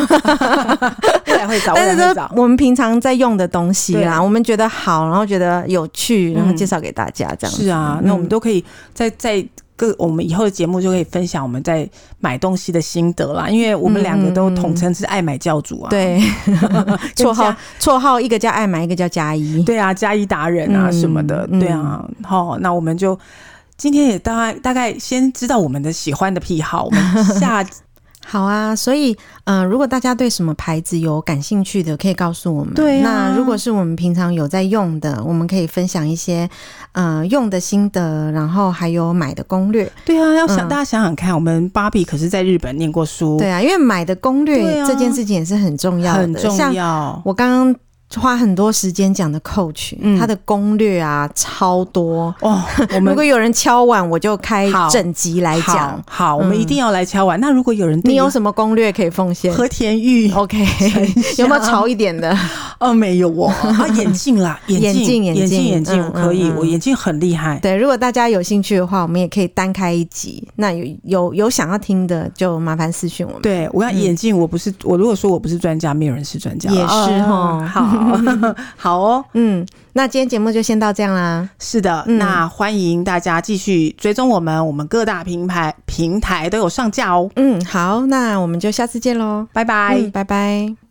Speaker 3: 未来会 找，
Speaker 2: 但是
Speaker 3: 未来
Speaker 2: 都
Speaker 3: 会
Speaker 2: 是
Speaker 3: 找。
Speaker 2: 我们平常在用的东西啦，
Speaker 3: 对
Speaker 2: 我们觉得好，然后觉得有趣，然后
Speaker 3: 嗯
Speaker 2: 介绍给大家这样子。
Speaker 3: 是啊，那我们
Speaker 2: 嗯
Speaker 3: 都可以在在各我们以后的节目就可以分享我们在买东西的心得啦，因为我们两个都统称是爱买教主啊，
Speaker 2: 对
Speaker 3: 跟
Speaker 2: 绰号
Speaker 3: 家，
Speaker 2: 绰号一个叫爱买，一个叫加一。
Speaker 3: 对啊，加一达人啊
Speaker 2: 嗯
Speaker 3: 什么的，
Speaker 2: 嗯
Speaker 3: 对啊，好，那我们就今天也大概大概先知道我们的喜欢的癖好，我们下
Speaker 2: 好啊，所以呃，如果大家对什么牌子有感兴趣的，可以告诉我们。
Speaker 3: 对啊
Speaker 2: 那如果是我们平常有在用的，我们可以分享一些呃用的心得，然后还有买的攻略。
Speaker 3: 对啊，要想、
Speaker 2: 嗯
Speaker 3: 大家想想看，我们芭比可是在日本念过书，
Speaker 2: 对啊，因为买的攻略
Speaker 3: 对啊
Speaker 2: 这件事情也是很重要的，
Speaker 3: 很重
Speaker 2: 啊像
Speaker 3: 要。
Speaker 2: 我刚刚。花很多时间讲的 coach，、
Speaker 3: 嗯
Speaker 2: 他的攻略啊超多。
Speaker 3: 哦，我
Speaker 2: 如
Speaker 3: 们
Speaker 2: 果有人敲碗，我就开
Speaker 3: 好
Speaker 2: 整集来讲嗯
Speaker 3: 好。，好，我们一定要来敲完。那如果有人对
Speaker 2: 你有哦
Speaker 3: 于
Speaker 2: 什么攻略可以奉献
Speaker 3: 和田 玉
Speaker 2: ？OK，有 没有潮一点 的？
Speaker 3: 哦，没有哦，啊，眼 镜啦，眼
Speaker 2: 眼
Speaker 3: 镜，
Speaker 2: 镜眼
Speaker 3: 眼镜，
Speaker 2: 镜
Speaker 3: 眼镜，
Speaker 2: 嗯
Speaker 3: 我可以，
Speaker 2: 嗯嗯
Speaker 3: 我眼镜很厉害。
Speaker 2: 对，如果大家有兴趣的话，我们也可以单开一集。那有有有想要听的，就麻烦私讯我们。
Speaker 3: 对，我看眼镜，我不是我如果说我不是专家，没有人是专家，
Speaker 2: 嗯也是
Speaker 3: 哦
Speaker 2: 吼
Speaker 3: 好好哦，
Speaker 2: 嗯，那今天节目就先到这样啦。
Speaker 3: 是的，
Speaker 2: 嗯
Speaker 3: 那欢迎大家继续追踪我们，我们各大平台平台都有上架哦，
Speaker 2: 嗯，好，那我们就下次见喽，
Speaker 3: 拜拜。
Speaker 2: 嗯，拜拜。